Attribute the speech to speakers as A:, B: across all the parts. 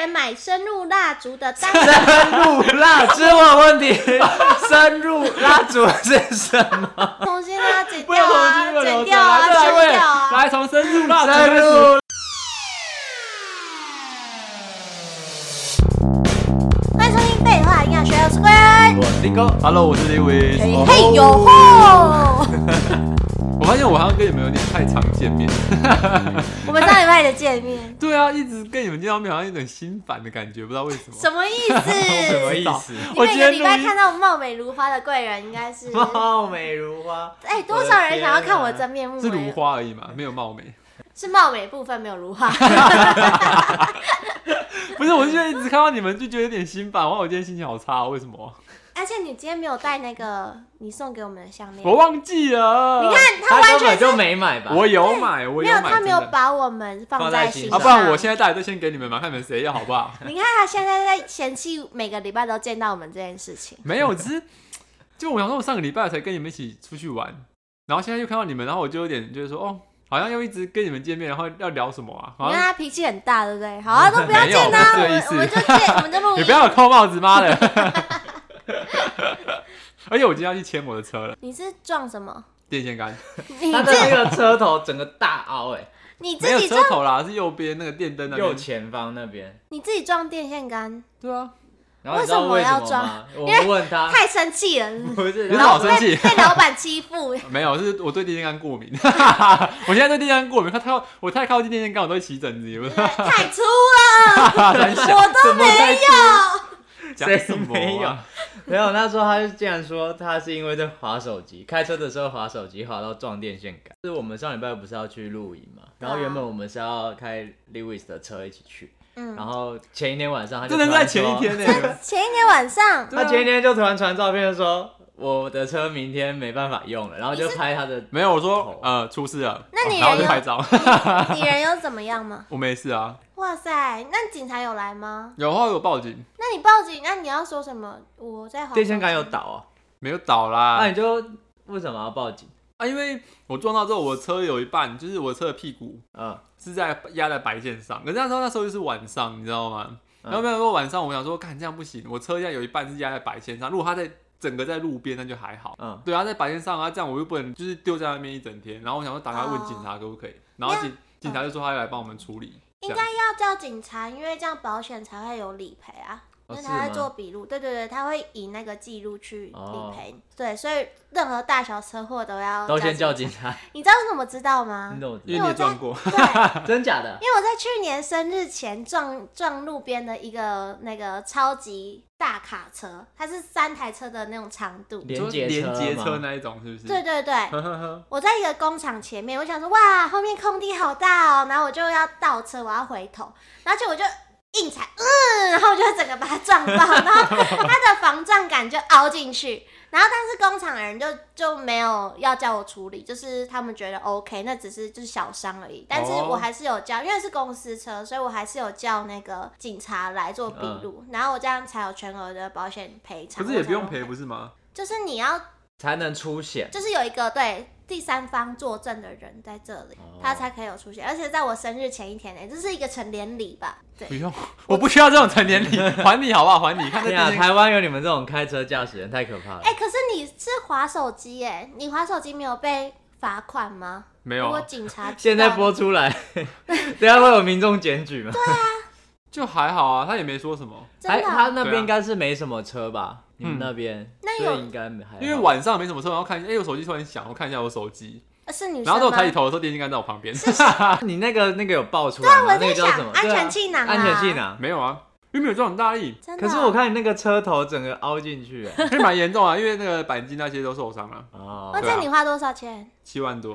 A: 人买深入蜡烛的单
B: 深入蜡烛，是我 问题。深入蜡烛是什么？
A: 重新啊，剪
C: 不要
A: 掉
C: 重
A: 啊，
C: 新的
A: 剪
C: 留着，
A: 掉啊，
C: 来再
A: 修
C: 来
A: 掉啊
C: 喂，。来从深入蜡烛
B: 深
C: 开始。
B: 入
A: 欢迎收听《废话营养学》，我是关。
C: 我林哥，Hello，我是 Lewis。
A: 嘿呦吼！
C: 哦我发现我好像跟你们有点太常见 面。
A: 我们上礼拜的见面，
C: 对啊，一直跟你们见到面，好像有点心烦的感觉，不知道为什么。
A: 什么意思？
B: 什么
C: 意
B: 意
C: 思？
B: 思
A: 你
C: 我
A: 每
C: 今
A: 个
C: 天
A: 礼拜
C: 录音
A: 看到貌美如花的贵人，应该是
B: 貌美如花。
A: 哎，多少人想要看我真面目？
C: 是如，花而已嘛，没有貌美。
A: 是貌美部分没有如花。
C: 不是，我就觉得一直看到你们就觉得有点心烦，哇，我今天心情好差、哦，为什么？
A: 而且你今天没有带那个你送给我们的项链
C: 我，忘记了。
A: 你看他
B: 他
A: 完
B: 根
A: 全
B: 本就没买吧？
C: 我有买，我
A: 没有，
C: 买，
A: 他没有
C: 真的
A: 把我们放
B: 放在
A: 心
B: 心
C: 啊，
A: 上。
B: 上
C: 不然我现在带都先给你们嘛，看你们谁要好不好？
A: 你看他现在在嫌弃每个礼拜都见到我们这件事情。
C: 没有，只是就我想说，我上个礼拜才跟你们一起出去玩，然后现在又看到你们，然后我就有点就是说，哦，好像又一直跟你们见面，然后要聊什么啊？
A: 你
C: 好
A: 看
C: 像
A: 他脾气很大，对不对？好啊，都不要见啦，我
C: 没有
A: 们
C: 不是这个意思
A: 我们就见，我们就录
C: 你
A: 音
C: 不。要有扣帽子，妈的！ 而且我今天要去牵我的车了，
A: 你是撞什 么？
C: 电线杆
A: 你
B: 他的
A: 自
B: 那个车头整个大凹哎、
A: 你
C: 没
A: 自
C: 有
A: 己
C: 车
A: 撞，
C: 头啦，是右边那个电 灯那
B: 右
C: 边。
B: 前方那边。
A: 你自己撞电线杆，
C: 对啊，
B: 然后你知道为什
A: 为
B: 么
A: 什
B: 吗？我
A: 为
B: 们问他，
A: 太生气了，
B: 不是，
C: 你怎
B: 然
C: 么
B: 后
C: 好生气
A: 被被老板欺 负。
C: 没有，是我对电线杆过敏， 我现在对电线杆过敏，他太靠我太靠近电线杆，我都会起疹子，也不知道
A: 太粗 了， 我都没有。
C: 讲什么、啊。
B: 谁没有没有，那时候他就竟然说他是因为在划手机，开车的时候划手机划到撞电线杆。就是我们上礼拜不是要去露营嘛，然后原本我们是要开 Lewis 的车一起去，然
A: 嗯，
B: 后前一天晚上他就
C: 真的是在
B: 突
C: 前
B: 然
C: 一
B: 说
C: 天呢、
A: 前一天晚上，
C: 对啊
B: 他前一天就突然传照片就说我的车明天没办法用了，然后就拍他的，
C: 没有，我说呃出事了，
A: 那你
C: 然后
A: 人
C: 就
A: 有
C: 拍照，
A: 你人又怎么样吗？
C: 我没事啊，
A: 哇塞，那警察有来吗？
C: 有后有报警，
A: 那你报警，那你要说什么？我在滑
B: 电线杆有
A: 手机
B: 倒啊，
C: 没有倒
B: 那
C: 啦
B: 你就为什么要报警？
C: 啊，因为我撞到之后，我车有一半就是我车的屁股
B: 嗯，
C: 是在压在白线上，可是那时候那时候就是晚上，你知道吗？
B: 嗯
C: 然后没有说晚上，我想说看这样不行，我车现在有一半是压在白线上，如果它在整个在路边那就还好，
B: 嗯
C: 对啊，在白线上啊，这样我又不能就是丢在那边一整天，然后我想说打开问警察可不可以，然后
A: 哦那嗯
C: 警警察就说他要来帮我们处理，这
A: 应
C: 样
A: 该要叫警察，因为这样保险才会有理赔啊。因
B: 哦
A: 为
B: 是
A: 他在
B: 吗
A: 做笔录，对对对，他会以那个记录去理
B: 哦
A: 赔。对，所以任何大小车祸都要
B: 都先叫警察，
A: 你知道你怎么知道吗
B: 你？懂我知
C: 因
B: 道
C: 为你也撞过，
A: 对，因
B: 真假的？
A: 为我在去年生日前撞撞路边的一个那个超级大卡车，它是三台车的那种长度。
B: 连接
C: 连接
B: 吗
C: 车那一种是不是？
A: 对对对，
C: 呵呵呵，
A: 我在一个工厂前面，我想说哇，后面空地好大哦，然后我就要倒车，我要回头，然后就我就硬踩，嗯，然后我就整个把它撞爆， 然后它的防撞杆就凹进去，然后但是工厂的人就就没有要叫我处理，就是他们觉得 OK，那只是就是小伤而已，但是
C: 哦
A: 我还是有叫，因为是公司车，所以我还是有叫那个警察来做笔录，然后我这样才有全额的保险赔偿，
C: 嗯可是也不用
A: 我才
C: 赔
A: 能
C: 不是吗？
A: 就是你要
B: 才能出险。
A: 就是有一个对第三方作证的人在这里，
B: 哦
A: 他才可以有出现，而且在我生日前一天呢、哎这是一个成年礼吧？对
C: 不，用，我不需要这种成年礼，还你好不好？还你，看这
B: 对
C: 电
B: 啊，
C: 线杆
B: 台湾有你们这种开车驾驶人太可怕了。
A: 哎、可是你是划手机耶、你划手机没有被罚款吗？
C: 没
A: 如果
C: 有，
A: 警察知道
B: 啊现在播出来， 等一下会有民众检举吗？哎
C: 就还好啊，他也没说什么，
A: 真的
B: 他
A: 啊、
B: 那
C: 对
B: 边
C: 啊
B: 应该是没什么车吧？你们
C: 嗯
B: 那边，
A: 那
B: 所以
A: 有
B: 应该还好
C: 因为晚上没什么车，然后看，哎、我手机突然响，我看一下我手机，
A: 呃是女
C: 然后
A: 生吗
C: 等我？抬起头的时候，电线杆在我旁边，
B: 啊你那个那个有爆出来吗，
A: 啊我
B: 啊那个
A: 在
B: 叫什
A: 想
B: 么？
A: 安
B: 对啊
A: 全气囊、啊，
B: 安全气，囊。
C: 没有啊，因为没有撞很大力，
A: 真的啊、
B: 可是我看你那个车头整个凹进去， 哎
C: 因为蛮严重啊，因为那个钣金那些都受伤了，
A: 哇，
B: 哦
C: 对
A: 这
C: 啊
A: 你花多少钱？
C: 七万多，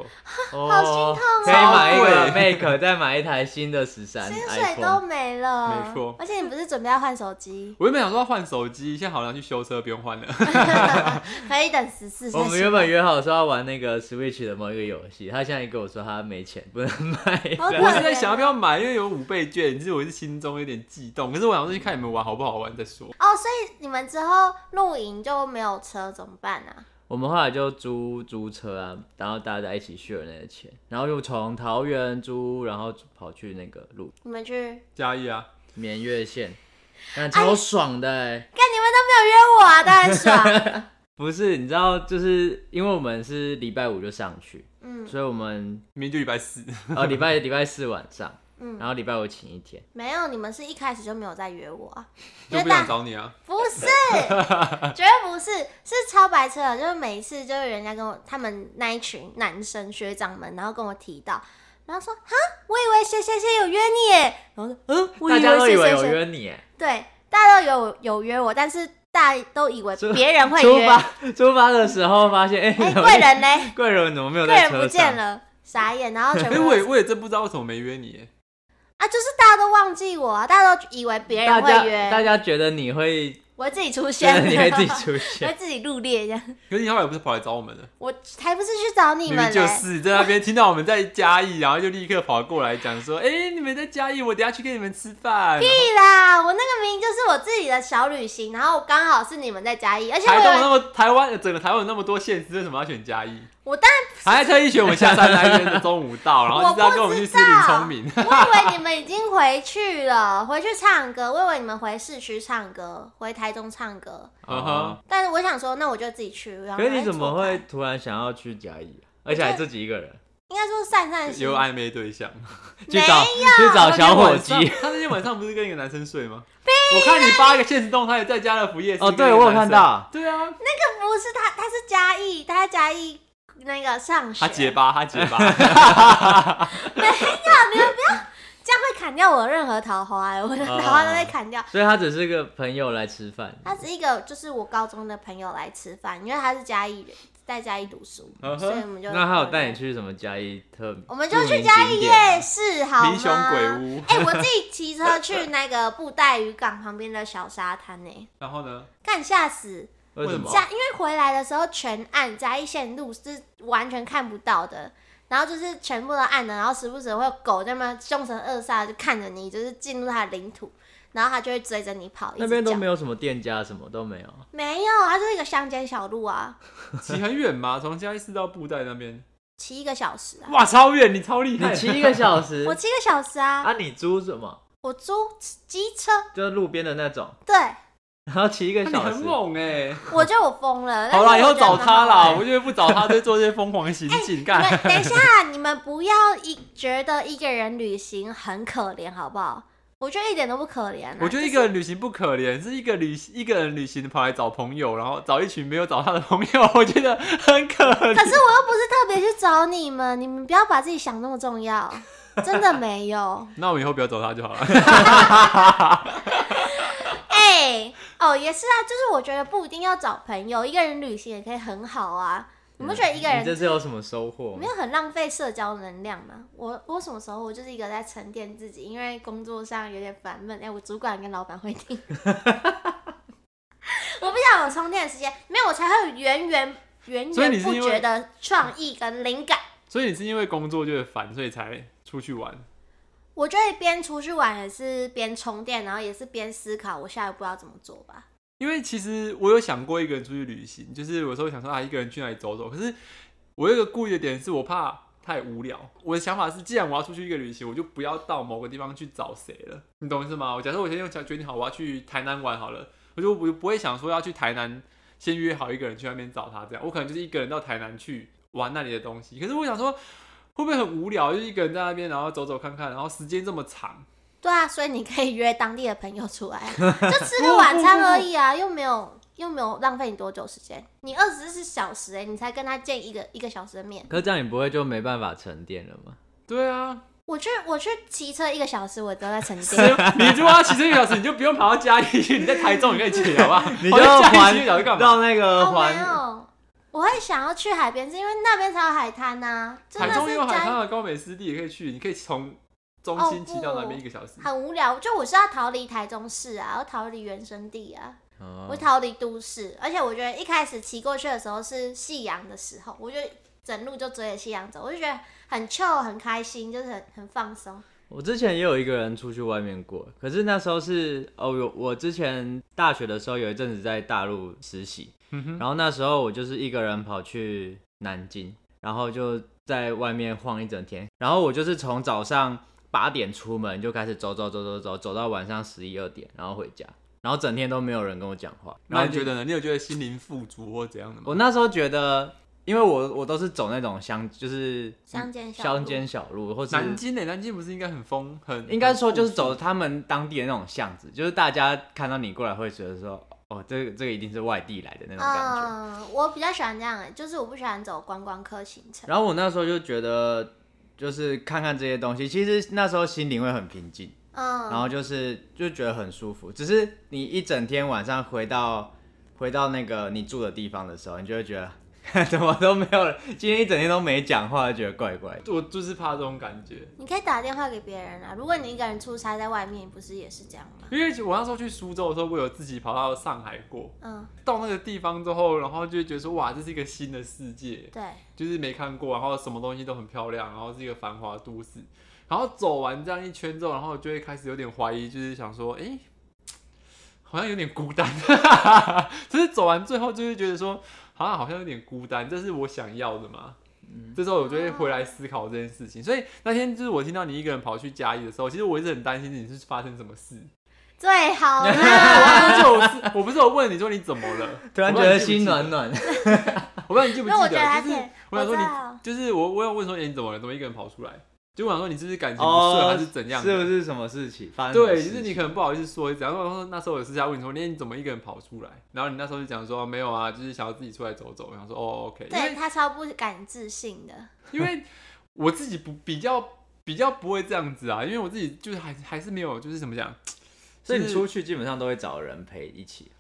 A: 好心痛哦
B: 可以买一
C: 超
B: 个
C: 贵
B: Make，再买一台新的十三
A: 薪水都
B: iPhone。
A: 没了，
C: 没错，
A: 而且你不是准备要换手机
C: 我原本想说要换手机，现在好像去修车，不用换了，
A: 可以等十四。
B: 我们原本约好说要玩那个 Switch 的某一个游戏，他现在跟我说他没钱，不能买。
A: 好可
C: 我是
A: 怜
C: 在想要不要买，因为有五倍券，其实我是心中有点悸动，可是我想说去看你们玩好不好玩再说，
A: 哦，所以你们之后露营就没有车怎么办啊？
B: 我们后来就租租车啊，然后大家一起 share 那个钱，然后又从桃园租，然后跑去那个路，
A: 你们去
C: 加一啊，
B: 绵越线，但
A: 哎
B: 超爽的、欸。
A: 看你们都没有约我啊， 当然爽。
B: 不是，你知道，就是因为我们是礼拜五就上去，
A: 嗯
B: 所以我 们
C: 明明就礼拜四，
B: 呃礼拜礼拜四晚上，然
A: 嗯，
B: 后礼拜五请一天。
A: 没有，你们是一开始就没有在约我啊？
C: 就不想找你啊。
A: 不 是，绝对不是，是超白痴的。就是每一次，就是人家跟我他们那一群男生学长们，然后跟我提到，然后说哈，我以为谁谁谁有约你耶，然后说嗯，我
B: 大家都以
A: 谁
B: 为
A: 谁
B: 有
A: 谁，
B: 约你、欸，
A: 对，大家都有有约我，但是大家都以为
B: 出
A: 别人会
B: 出
A: 约，
B: 发出发的时候发现，哎、
A: 哎，
B: 怎么
A: 贵人呢？
B: 贵人怎么没有
A: 贵
B: 在
A: 人
B: 车上？
A: 不见了，傻眼，然后全
C: 哎、
A: 部
C: 我也
A: 都
C: 我也真不知道为什么没约你耶。
A: 啊，就是大家都忘记我啊，大家都以为别
B: 大
A: 人
B: 家
A: 会
B: 大
A: 约，
B: 家觉得你会，
A: 我会自己出
B: 觉得
A: 现，
B: 你会自己 出
A: 会
B: 现，
A: 自己入列这样，
C: 可是你后来不是跑来找我们的？
A: 我才不是去找你们
C: 明明就
A: 嘞。
C: 是在那边听到我们在嘉义，然后就立刻跑过来 讲说：“哎、你们在嘉义，我等下去跟你们吃饭。”
A: 对啦，我那个明明就是我自己的小旅行，然后刚好是你们在嘉义，而且我
C: 台东有那
A: 有
B: 啊
C: 么台湾整个台湾有那么多县市，为什么要选嘉义？
A: 我当
C: 还在特意选我们 下山那一天的中午到，然后一直要跟我们去吃林聪明。
A: 然我以为你们已经回去了，回去唱歌，我以为你们回市区唱歌，回台中唱歌，
C: 嗯哼，
A: 但是我想说，那我就自己去。然后哎
B: 可是
A: 还
B: 你
A: 是
B: 怎么
A: 错开
B: 会？突然想要去甲乙、而且还自己一个人
A: 应该说散散心
C: 有，暧昧对 象，
B: 去找去找小伙计？
C: 他那天晚上不是跟一个男生睡 吗？我看你发一个现实动态，在家乐福夜市
B: 哦，
C: 跟一
B: 对
C: 个
B: 我有
C: 男生
B: 看。到，
C: 对啊，
A: 这不是他，他是嘉义，他在嘉义那个上学。
C: 他结巴，他结巴，
A: 这样会砍掉我任何桃花、我的桃花都被砍掉。
B: 所以他只是个朋友来吃饭。
A: 他是一个就是我高中的朋友来吃饭，因为他是嘉义人，在嘉义读书，
C: 嗯哼
A: 所以我们就
B: 那他有带你，去什么嘉义特？
A: 我们就去嘉义夜市好吗？
C: 民雄鬼屋。
A: 哎、我自己骑车去那个布袋渔港旁边的小沙滩呢、
C: 然后 呢？
A: 干吓死！
C: 为
B: 为什
C: 什么
B: 么？
A: 嘉因为回来的时候全暗，嘉义线路是完全看不到的，然后就是全部都暗的，然后时不时会有狗在那凶神恶煞地就看着你，就是进入它的领土，然后它就会追着你跑，一
B: 那
A: 直
B: 边都
A: 叫。
B: 没有什么店家，什么都 没有。
A: 没有，它就是一个乡间小路啊，
C: 骑很远吗？从嘉义市到布袋那边？
A: 骑一个小时啊，
C: 哇，超远，你超厉害！
B: 你骑一个小时
A: 我骑一个小时啊，
B: 啊？你租什么？
A: 我租机车，
B: 就是路边的那种，
A: 对
B: 然后骑一个
C: 那你
B: 小
C: 很
B: 时。
C: 猛哎、
A: 我觉得我疯了。
C: 好
A: 但
C: 啦，
A: 是
C: 以
A: 我
C: 后
A: 觉得
C: 找
A: 蛮
C: 他
A: 好玩
C: 啦，
A: 的
C: 我就会不找他，哎就做这些疯狂的行径干。
A: 你们等一下，你们不要一觉得一个人旅行很可怜，好不好？我觉得一点都不可怜、啊。
C: 我觉得一个人旅行不可怜，是一个旅一个人旅行跑来找朋友，然后找一群没有找他的朋友， 我觉得很可
A: 可
C: 怜。
A: 是我又不是特别去找你们，你们不要把自己想那么重 要，真的没有。
C: 那我们以后不要找他就好了。
A: 哎、哦，也是啊，就是我觉得不一定要找朋友，一个人旅行也可以很好啊。你不觉得一个
B: 你这
A: 人
B: 次有什么收获
A: 没
B: 吗？
A: 有很浪费社交能量吗？我我什么时候我就是一个在沉淀自己，因为工作上有点烦闷。哎、我主管跟老板会 听，我不想有充电的时间，没有我才会源源源
C: 所以你
A: 源
C: 是
A: 不
C: 因为
A: 绝的创意跟灵感。
C: 所以你是因为工作觉得烦，所以才出去玩？
A: 我觉得边出去玩也是边充电，然后也是边思考我下一步要怎么做吧。
C: 因为其实我有想过一个人出去旅行，就是有时候想说啊，一个人去哪里走走。可是我有一个顾虑的点是我怕太无聊。我的想法是，既然我要出去一个旅行，我就不要到某个地方去找谁了，你懂我意思吗？我假设我先用决定好我要去台南玩好了，我就不不会想说要去台南先约好一个人去那边找他这样。我可能就是一个人到台南去玩那里的东西。可是我想说。会不会很无聊？就是一个人在那边，然后走走看看，然后时间这么长，
A: 对啊，所以你可以约当地的朋友出来啊，就吃个晚餐而已啊，又没有又没有浪费你多久时间。你二十四小时哎、你才跟他见一个一个小时的面。
B: 可是这样你不会就没办法沉淀了吗？
C: 对啊，
A: 我去我去骑车一个小时，我都在沉淀。
C: 你如果要骑车一个小时，你就不用跑到嘉义去，你在台哦中你可以骑，好不好？
B: 你
C: 跑
B: 就
C: 到嘉义
B: 环
C: 骑一个小时干嘛？
B: 到那
A: 哦，
B: 个环
A: 没有，我会想要去海边，是因为那边才有海滩呐、啊，真
C: 台
A: 的
C: 中也有
A: 是
C: 海
A: 家
C: 滩的高美湿地也可以去，你可以从中心骑到那边一个小
B: 哦
C: 时。
A: 很无聊。就我是要逃离台中市啊，要逃离原生地啊。我
B: 哦，
A: 逃离都市，而且我觉得一开始骑过去的时候是夕阳的时候，我就整路就追着夕阳走，我就觉得很 chill 很开心，就是很很放松。
B: 我之前也有一个人出去外面过，可是那时候是哦，有我之前大学的时候有一阵子在大陆实习，
C: 嗯哼，
B: 然后那时候我就是一个人跑去南京，然后就在外面晃一整天。然后我就是从早上八点出门就开始走走走走走，走到晚上十一二点，然后回家，然后整天都没有人跟我讲话。
C: 那
B: 然后
C: 你
B: 就
C: 觉得呢？你有觉得心灵富足或怎样的吗？
B: 我那时候觉得，因为我我都是走那种乡，就是
A: 乡间小路
B: 乡间小路，或是
C: 南京呢、南京不是应该很疯很？
B: 应该说就是
C: 很富
B: 走他们当地的那种巷子，就是大家看到你过来会觉得说，哦，这个这个一定是外地来的那种感觉。
A: 嗯，我比较喜欢这样、欸，就是我不喜欢走观光客行程。
B: 然后我那时候就觉得，就是看看这些东西，其实那时候心灵会很平静，
A: 嗯，
B: 然后就是就觉得很舒服。只是你一整天晚上回到回到那个你住的地方的时候，你就会觉得 怎么都没有人，今天一整天都没讲话，就觉得怪怪的。
C: 足。我就是怕这种感觉，
A: 你可以打电话给别人啊。如果你一个人出差在外面，不是也是这样吗？
C: 因为我那时候去苏州的时候，我有自己跑到上海过。
A: 嗯，
C: 到那个地方之后，然后就会觉得说，哇，这是一个新的世界，
A: 对，
C: 就是没看过，然后什么东西都很漂亮，然后是一个繁华都市。然后走完这样一圈之后，然后就会开始有点怀疑，就是想说，哎、好像有点孤单。 就是走完最后，就会觉得说，好像好像有点孤单，这是我想要的吗？
B: 嗯
C: 这时候我就会
B: 哦
C: 回来思考这件事情。所以那天就是我听到你一个人跑去嘉义的时候，其实我一直很担心你是发生什么事。
A: 最好
C: 我那
A: 啦。
C: 时候我是我不是有问你说你怎么了？
B: 突然觉得心暖暖，
C: 我不知道你记不记
A: 那我觉得
C: 得，
A: 还
C: 就
A: 可以
C: 是我想说
A: 知
C: 你
A: 道，
C: 就是我，我有问说，哎、你怎么了？怎么一个人跑出来？就我想说，你是不是感情不顺、
B: 哦，
C: 还是怎样的？
B: 是不是什么事情？发生什么
C: 对，
B: 事
C: 就
B: 情
C: 是你可能不好意思说，然后说那时候有私下问你说，哎、你怎么一个人跑出来？然后你那时候就讲说没有啊，就是想要自己出来走走。我想说哦，OK，因
A: 对
C: 为
A: 他超不敢自信的。
C: 因为我自己不比较比较不会这样子啊，因为我自己就是还还是没有就是怎么讲，
B: 所以你
C: 就是
B: 出去基本上都会找人陪一起。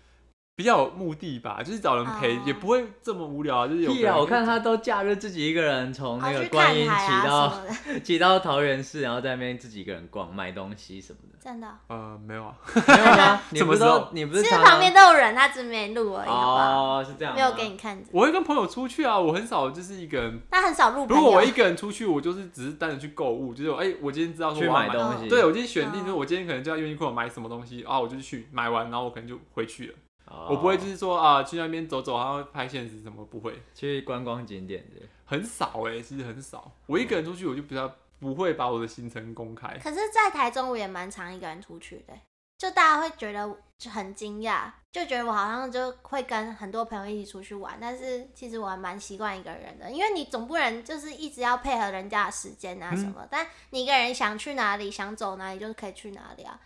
C: 比较有目的吧，就是找人陪、
A: 哦
C: 也不会这么无聊啊，就是有
B: 啊屁啊！
C: 人
B: 我看他都假日自己一个人从那
A: 哦，
B: 个
A: 去
B: 观
A: 看
B: 音
A: 海
B: 骑
A: 啊什
B: 到
A: 么的，
B: 骑到桃园市，然后在那边自己一个人逛买东西什么的。
A: 真的。
C: 呃没有啊，
B: 没有吗？你
C: 什
B: 不
C: 么
B: 是
C: 时
B: 都
C: 候
B: 你不
A: 其
B: 是
A: 实
B: 常
A: 旁
B: 常
A: 边都有人，他只是没录而已，好不好？
B: 哦，是这样吗，
A: 没有给你看着，
C: 我会跟朋友出去啊，我很少就是一个人
A: 他很少录朋
C: 如果我一
A: 友。
C: 个人出去，我就是只是单纯去购物，就是哎、我今天知道说我
B: 去
C: 要
B: 买
C: 买
B: 东西。
C: 对，我今天选定
A: 嗯
C: 就是我今天可能就要优衣库买什么东西啊，我就去买完，然后我可能就回去了。
B: 哦，
C: 我不会就是说啊，去那边走走，然后拍现实什么，不会，
B: 去观光景点的。
C: 很少哎、其实很少。我一个人出去，我就比较不会把我的行程公开。
A: 可是，在台中我也蛮常一个人出去的，就大家会觉得就很惊讶，就觉得我好像就会跟很多朋友一起出去玩，但是其实我还蛮习惯一个人的，因为你总不能就是一直要配合人家的时间啊什
B: 嗯
A: 么，但你一个人想去哪里、想走哪里就可以去哪里啊。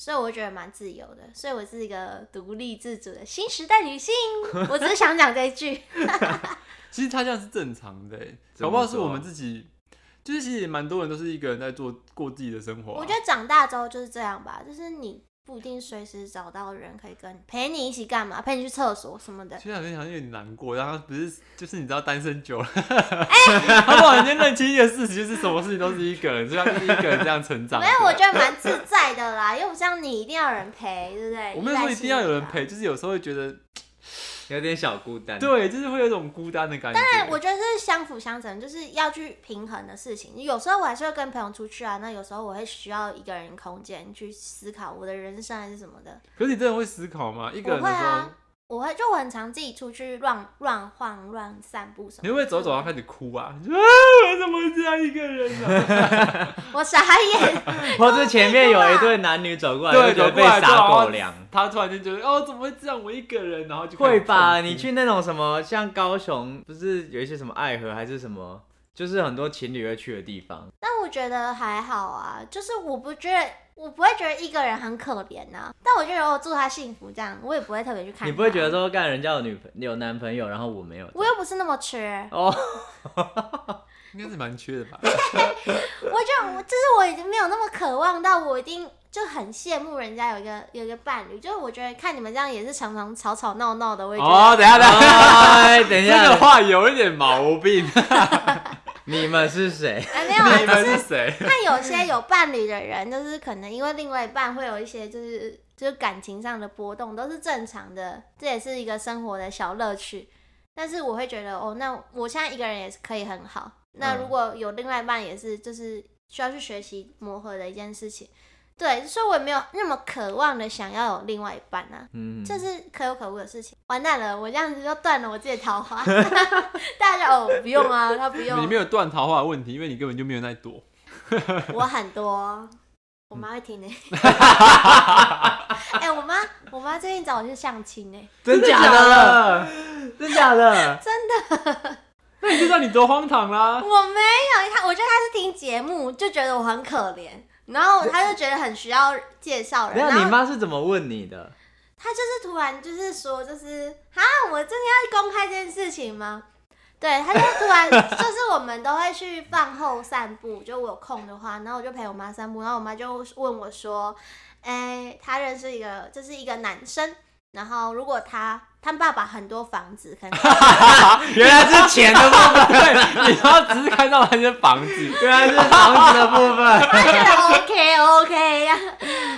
A: 所以我觉得蛮自由的，所以我是一个独立自主的新时代女性。我只是想讲这一句，
C: 其实他这样是正常的、欸，
B: 怎
C: 搞
B: 么
C: 不好是
B: 说
C: 我们自己，就是其实蛮多人都是一个人在做过自己的生活啊、
A: 我觉得长大之后就是这样吧，就是你不一定随时找到人可以跟你陪你一起干嘛，陪你去厕所什么的。
C: 其实好像有点难过，然后不是就是你知道单身久了，他突然间认清一个事实，就是什么事情都是一个人，所以他就是一个人这样成长。
A: 没有，我觉得蛮自在的啦， 又不像你一定要有人陪，对不对？
C: 我没有说一定要有人。
A: 啊
C: 陪，就是有时候会觉得，
B: 有点小孤单，，
C: 对，就是会有一种孤单的感觉。
A: 但我觉得是相辅相成，就是要去平衡的事情。有时候我还是会跟朋友出去啊，那有时候我会需要一个人空间去思考我的人生还是什么的。
C: 可是你真的会思考吗？一个人
A: 我
C: 的
A: 会
C: 时候，
A: 啊，我会就我很常自己出去乱乱晃、乱散步什么的。
C: 你会不会走走然后开始哭啊？你说啊，我怎么会这样一个人啊呢、
A: 我傻眼，
B: 或者前面有一对男女走过来，
C: 对
B: 就觉得
C: 走
B: 被
C: 过来啊之
B: 撒
C: 后
B: 狗粮。
C: 他突然间觉得，哦，怎么会这样？我一个人，然后就开始
B: 会吧？
C: 痛哭
B: 你去那种什么，像高雄，不是有一些什么爱河还是什么，就是很多情侣会去的地方。
A: 但我觉得还好啊，就是我不觉得，我不会觉得一个人很可怜呐、但我就觉得我祝他幸福，这样我也不会特别去看。
B: 你不会觉得？说，干人家有女朋有男朋友，然后我没有？
A: 我又不是那么缺，
B: 哦，
C: 应该是蛮缺的吧？
A: 我 就我就是我已经没有那么渴望到，我一定就很羡慕人家有一个有一个伴侣。就是我觉得看你们这样也是常常吵吵闹闹的，我也觉得、
C: 哦，等一下，等 一下。
B: 哎，等一
C: 这个
B: 下，
C: 话有一点毛 病，
B: 你们是谁？
A: 哎 没有啊，就
C: 你们
A: 是
C: 是谁？
A: 看有些有伴侣的人，就是可能因为另外一半会有一些就是就是感情上的波动，都是正常的，这也是一个生活的小乐趣。但是我会觉得，哦，那我现在一个人也是可以很好。那如果有另外一半，也是就是需要去学习磨合的一件事情。对，所以我也没有那么渴望的想要有另外一半啊，
B: 嗯，
A: 这是可有可无的事情。完蛋了，我这样子就断了我自己的桃花。大家就哦，不用啊，他不用。
C: 你没有断桃花的问题，因为你根本就没有在躲。
A: 我很多，
B: 嗯
A: 我妈会听呢、哎、我妈我妈最近找我去相亲呢、
B: 真假的？真假的？
A: 真的，
C: 那你就知道你多荒唐啦。
A: 我没有她，我觉得她是听节目就觉得我很可怜，然后她就觉得很需要介绍人，
B: 没有，
A: 然
B: 你
A: 后
B: 妈是怎么问你的？
A: 他就是突然就是说，就是啊，我真的要公开这件事情吗？对，他就突然就是我们都会去饭后散步，就我有空的话，然后我就陪我妈散步，然后我妈就问我说，哎、她认识一个就是一个男生，然后如果他他爸爸很多房子，可能
B: 原来是钱的部分，
C: 对，你妈只是看到那些房子，
B: 原来是房子的部 分。
A: 他觉得 OK OK 呀、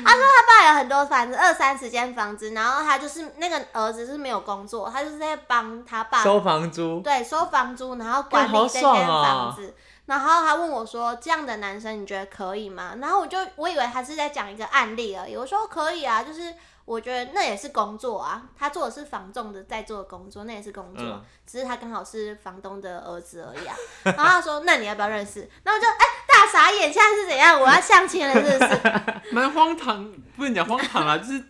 A: 他说他爸有很多房子，二三十间房子，然后他就是那个儿子是没有工作，他就是在帮他爸
B: 收房租，
A: 对，收房租，然后管
B: 哎
A: 理
B: 好
A: 这间
B: 爽啊
A: 房子。然后他问我说：“这样的男生你觉得可以吗？”然后我就我以为他是在讲一个案例而已。我说：“可以啊，就是我觉得那也是工作啊，他做的是房仲的在做的工作，那也是工作，
B: 嗯
A: 只是他刚好是房东的儿子而已啊。” 然后他说：“那你要不要认识？”然后我就哎大傻眼，现在是怎样？我要相亲了是不 是？
B: 嗯
C: 蛮荒唐，不能讲荒 唐啦，就是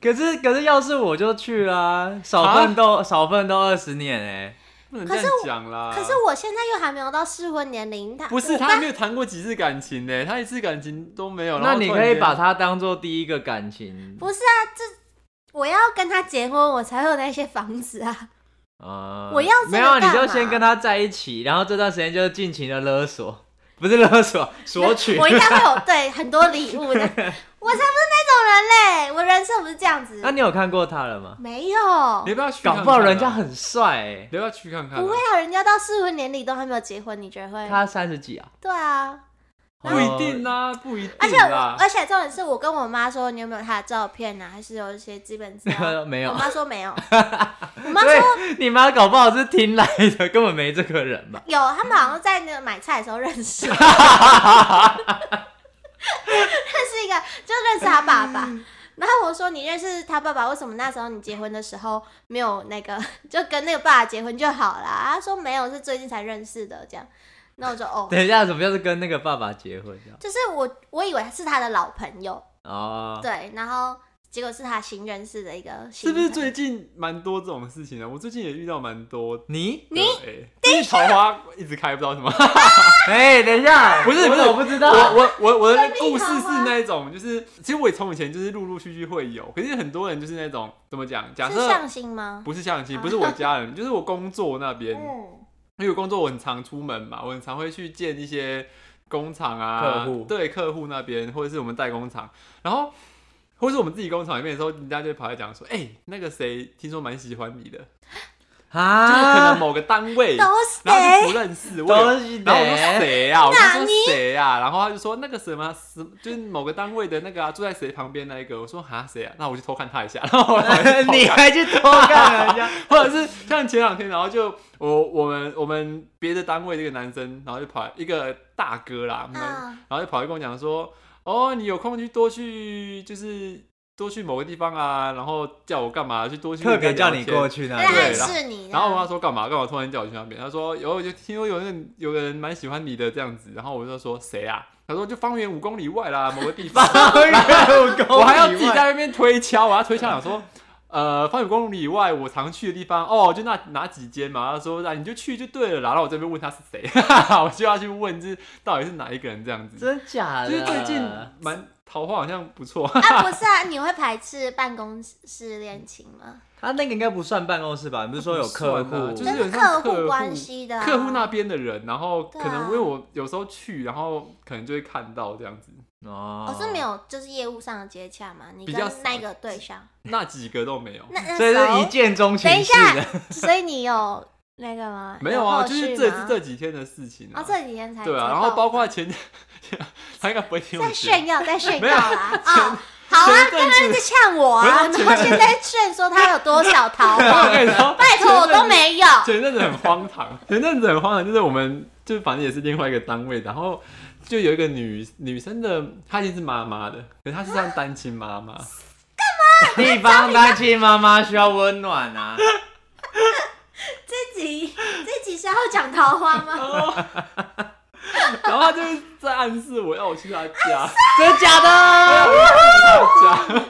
B: 可是可是要是我就去啦，少奋斗少奋斗二十年哎、
C: 不能这样讲啦。
A: 可是我现在又还没有到适婚年龄，他
C: 不是
A: 我
C: 他
A: 爸
C: 还没有谈过几次感情呢，他一次感情都没有。然
B: 那
C: 后
B: 你
C: 突然
B: 可以
C: 间
B: 把它当做第一个感情
A: 不是啊，这我要跟他结婚，我才会有那些房子啊。
B: 啊、
A: 我要这个
B: 没有啊，你就
A: 干嘛
B: 先跟他在一起，然后这段时间就尽情的勒索， 不是 勒索，索取
A: 我。应该会有对很多礼物的。我才不是那种人嘞，我人设不是这样子
B: 那、。你有看过他了吗？
A: 没有
C: 你，要不要去看
B: 搞
C: 看啊？
B: 不好人家很帅哎、
C: 你要不要去看看啊？
A: 不会啊，人家到适婚年龄都还没有结婚，你觉得会？
B: 他三十几啊？
A: 对啊，
C: 不一定啊，不一
A: 而且
C: 定
A: 我
C: 啦。
A: 而且重点是我跟我妈说，你有没有他的照片啊？还是有一些基本资 料？
C: 啊
B: 没
A: 我
B: 有。
A: 妈说没有，我妈
B: 对
A: 说，
B: 你妈搞不好是听来的，根本没这个 人吧？
A: 有，他们好像在那个买菜的时候认识。 认识一个，就认识他爸爸。然后我说你认识他爸爸，为什么那时候你结婚的时候没有那个，就跟那个爸爸结婚就好啦？他说没有，是最近才认识的这样。那我就哦，
B: 等一下，什么叫是跟那个爸爸结婚啊？
A: 就是我我以为是他的老朋友，
B: 哦，
A: 对，然后结果是他新认识的一个新
C: 是不
A: 朋友，
C: 是最近蛮多这种事情的？我最近也遇到蛮多的。
B: 你
A: 你
C: 对因为桃花一直开，不知道什么。
B: 哎、等一下，
C: 不是
B: 我
C: 不是
B: 怎么不知道？
C: 我我我我的
A: 生命
C: 故事
A: 桃
C: 是
A: 花
C: 那种，就是其实我从以前就是陆陆续续会有，可是很多人就是那种怎么讲？假
A: 是
C: 设
A: 上心吗？
C: 不是相亲，不是我家人，就是我工作那边，
A: 嗯，
C: 因为我工作我很常出门嘛，我很常会去见一些工厂啊，
B: 客户
C: 对客户那边，或者是我们代工厂，然后或者是我们自己工厂里面的时候，人家就会跑来讲说，哎、那个谁听说蛮喜欢你的，
B: 啊，
C: 就是可能某个单位，
A: 都
C: 然后就
A: 谁
C: 不？认识我也。然
B: 都是
C: 后我说
B: 得
C: 谁啊？我就
A: 哪
C: 说
A: 里
C: 谁啊？然后他就说那个什么什么，就是某个单位的那个啊，住在谁旁边那一个。我说哈谁啊？那我去偷看他一下。然 后我就偷看
B: 你还去偷 看人家？
C: 或者是像前两天，然后就我我们我们别的单位的一个男生，然后就跑来一个大哥啦，我
B: 嗯
C: 们
A: 啊
C: 然后就跑来跟我讲说，哦，你有空去多去，就是多去某个地方啊，然后叫我干嘛，就多去
B: 特别叫你过
C: 去。
B: 去那
A: 在暗
B: 里
C: 对，然后
A: 示你这
C: 然
A: 样，
C: 后我妈说干嘛干嘛，突然叫我去那边。她说有就听说有那个有个人蛮喜欢你的这样子，然后我就说谁啊？她说就方圆五公里外啦，某个 地方。我还要自己在那边推敲，我要推敲想说，呃，方圆公里以外我常去的地方，哦，就那哪几间嘛。他说，那、你就去就对了啦。然后我这边问他是 谁，我就要去问，就是到底是哪一个人这样子。
B: 真假的？
C: 就是最近蛮桃花好像不错，
A: 啊，不是啊，你会排斥办公室恋情吗？
B: 他那个应该不算办公室吧？你不是说有客
C: 不算
B: 户？
C: 啊就
A: 就是
C: 有
A: 是
C: 点像客户
A: 户关系的啊、
C: 客户那边的人，然后
A: 对啊
C: 可能因为我有时候去，然后可能就会看到这样子，
B: 哦
A: 我、是没有，就是业务上的接洽嘛，你
C: 比
A: 跟
C: 较少
A: 那个对象，
C: 那几个都没有。
A: 那那
B: 所以是一
A: 熟，
B: 见钟情
A: 等一
B: 式
A: 下
B: 的。
A: 所以你有那个吗？
C: 没有啊，
A: 后
C: 就
A: 续
C: 是这
A: 吗
C: 是这几天的事情啊。
A: 哦，这几天才
C: 对啊，
A: 才
C: 然后
A: 爆
C: 包括前，他应该不会听我
A: 在
C: 节目
A: 炫耀，在炫
C: 没有
A: 耀啦啊、好啊，
C: 前
A: 刚
C: 阵
A: 刚
C: 子
A: 在呛我啊，
C: 没
A: 然
C: 有
A: 后现在炫说他有多少桃
C: 我
A: 花，
C: 跟你说，
A: 拜托我都没有。
C: 前阵子很荒唐，前阵子很荒唐，就是我们就反正也是另外一个单位，然后就有一个女女生的，她已经是妈妈的，可是她是算单亲妈妈，
A: 啊
B: 地方单亲妈妈需要温暖 啊！
C: 哦
A: 这集这集是要讲桃花吗？
C: 然后他就是在暗示我要我去他
A: 啊
C: 家，
B: 真的假的？
C: 他家。
A: 有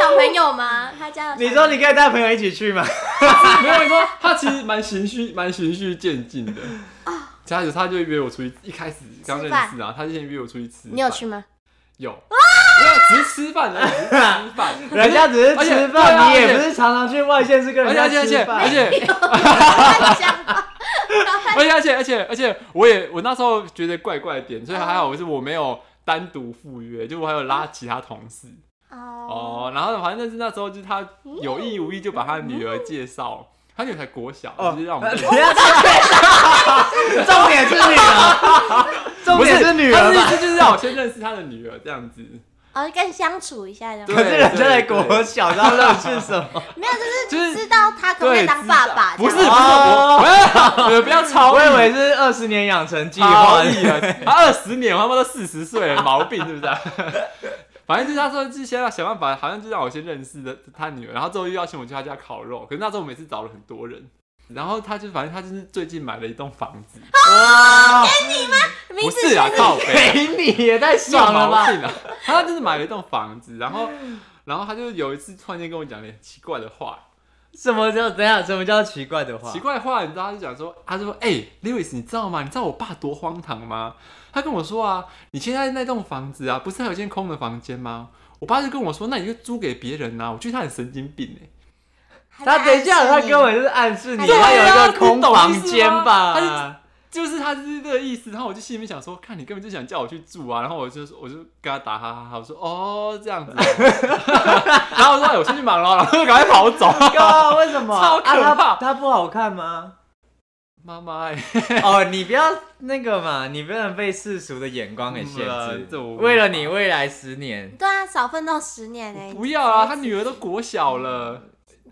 A: 小朋友吗？他家有小
B: 你说你可以带朋友一起去吗？
A: 哦
C: 没有，你说他其实蛮循序蛮循序渐进的。
A: 啊
C: 他就他就约我出去，一开始刚认识啊，他就先约我出去吃饭。
A: 你有去吗？
C: 有，没有只是吃饭而已，只是吃饭。
B: 人家只是
C: 而且
B: 吃
C: 对啊
B: 饭，你
C: 而且
B: 也不是常常去外县市跟人
C: 而且
B: 家
C: 而且而且
B: 吃
C: 而
A: 他
C: 且
B: 饭。
A: 讲话
C: 而且而且而且而且，我也我那时候觉得怪怪的点，所以还好我是我没有单独赴约，就我还有拉其他同事
A: 哦，
C: 哦。然后反正是那时候就是他有意无意就把他女儿介绍，他女儿才国小，
B: 哦
C: 就是 让我们
B: 人。家是 重点是女儿，重
C: 不
B: 点
C: 是
B: 是女儿
C: 他的
B: 吧
C: 意？思就是让我先认识他的女儿这样子。
A: 哦，更相处一下这
C: 对
A: 样，
B: 可是人家在国小，他认识什么？
A: 没有，就是
C: 就是
A: 知道他可不可以
C: 对，
A: 当爸爸这
C: 不
A: 样，
C: 是不是
B: 哦
C: 我，不要不要超
B: 我
C: 意
B: 以为是二十年养成计划
C: 超。意了，他二十年，我他妈都四十岁了，毛病是不是、啊？ 反正就是他说，之前要想办法，好像就让我先认识的他女儿，然后之后又邀请我去他家烤肉。可是那时候我每次找了很多人，然后他就反正他就是最近买了一栋房 子，
B: 哇，
A: 名
C: 不
A: 字
C: 是啊，靠北，
B: 陪你也太 爽
C: 撞
B: 了
C: 毛
B: 吧！
C: 病啊！他就是买了一栋房子，然后然后他就有一次突然间跟我讲了很奇怪的话，
B: 什么叫等一下？什么叫奇怪的话
C: 奇？怪的话，你知道他就讲说，他就说，哎、l e w i s 你知道吗？你知道我爸多荒唐吗？他跟我说啊，你现在那栋房子啊，不是还有一间空的房间吗？我爸就跟我说，那你就租给别人呐、啊。我觉得他很神经病哎、
A: 还在
B: 他等一下，他
A: 暗示你
B: 根本就是暗示你，
A: 对啊
B: 他有一个空
C: 你懂意思
B: 房
C: 吗
B: 间吧？
C: 他就就是他就是这个意思。然后我就心里面想说，看你根本就想叫我去住啊。然后我就我就跟他打哈哈哈，我说哦这样子哦、 然后我说、哎、我先去忙了，然后就赶快跑走。
B: 哥，为什么？
C: 超可怕
B: 啊他他不好看吗？
C: 妈妈、哎
B: 哦，你不要那个嘛，你不能被世俗的眼光给
C: 嗯
B: 限制
C: 啊。这我无法
B: 为了你未来十年，
A: 对啊，少奋斗十年哎，
C: 不要啊，他女儿都国小了，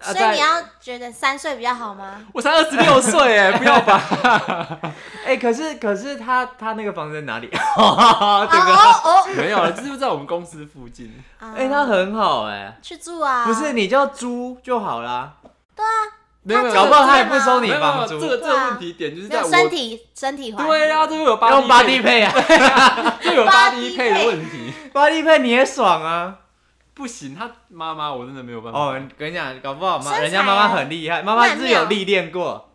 B: 啊
A: 所以
B: 在
A: 你要觉得三岁比较好 吗？
C: 我才二十六岁哎，不要吧。
B: 哎，可是可是他他那个房在哪里？ 这个
A: 哦哦，
C: 没有了，就是在我们公司附近。
A: 啊
B: 哎， 他很好哎，
A: 去住啊，
B: 不是你就租就好啦，
C: 没有，没有
B: 搞不好他也不收
C: 没
B: 你
C: 有没有
B: 房
C: 这
B: 租，
C: 个这
A: 对
C: 个
A: 啊
C: 问题点就是
A: 没
C: 在
A: 有
C: 我
A: 身体身体环
C: 对啊，这个有八
B: 用八地
C: 地
B: 配啊，
C: 这有
A: 八
C: 八
A: 地
C: 地
A: 配
C: 配的问题。
B: 八地配你也爽啊。
C: 不行，他妈妈我真的没有办法。
B: 哦，跟你讲，搞不好
A: 身
B: 妈
A: 材啊
B: 人家妈妈很厉害，妈妈
A: 曼
B: 是
A: 妙
B: 有历练
A: 啊
B: 过，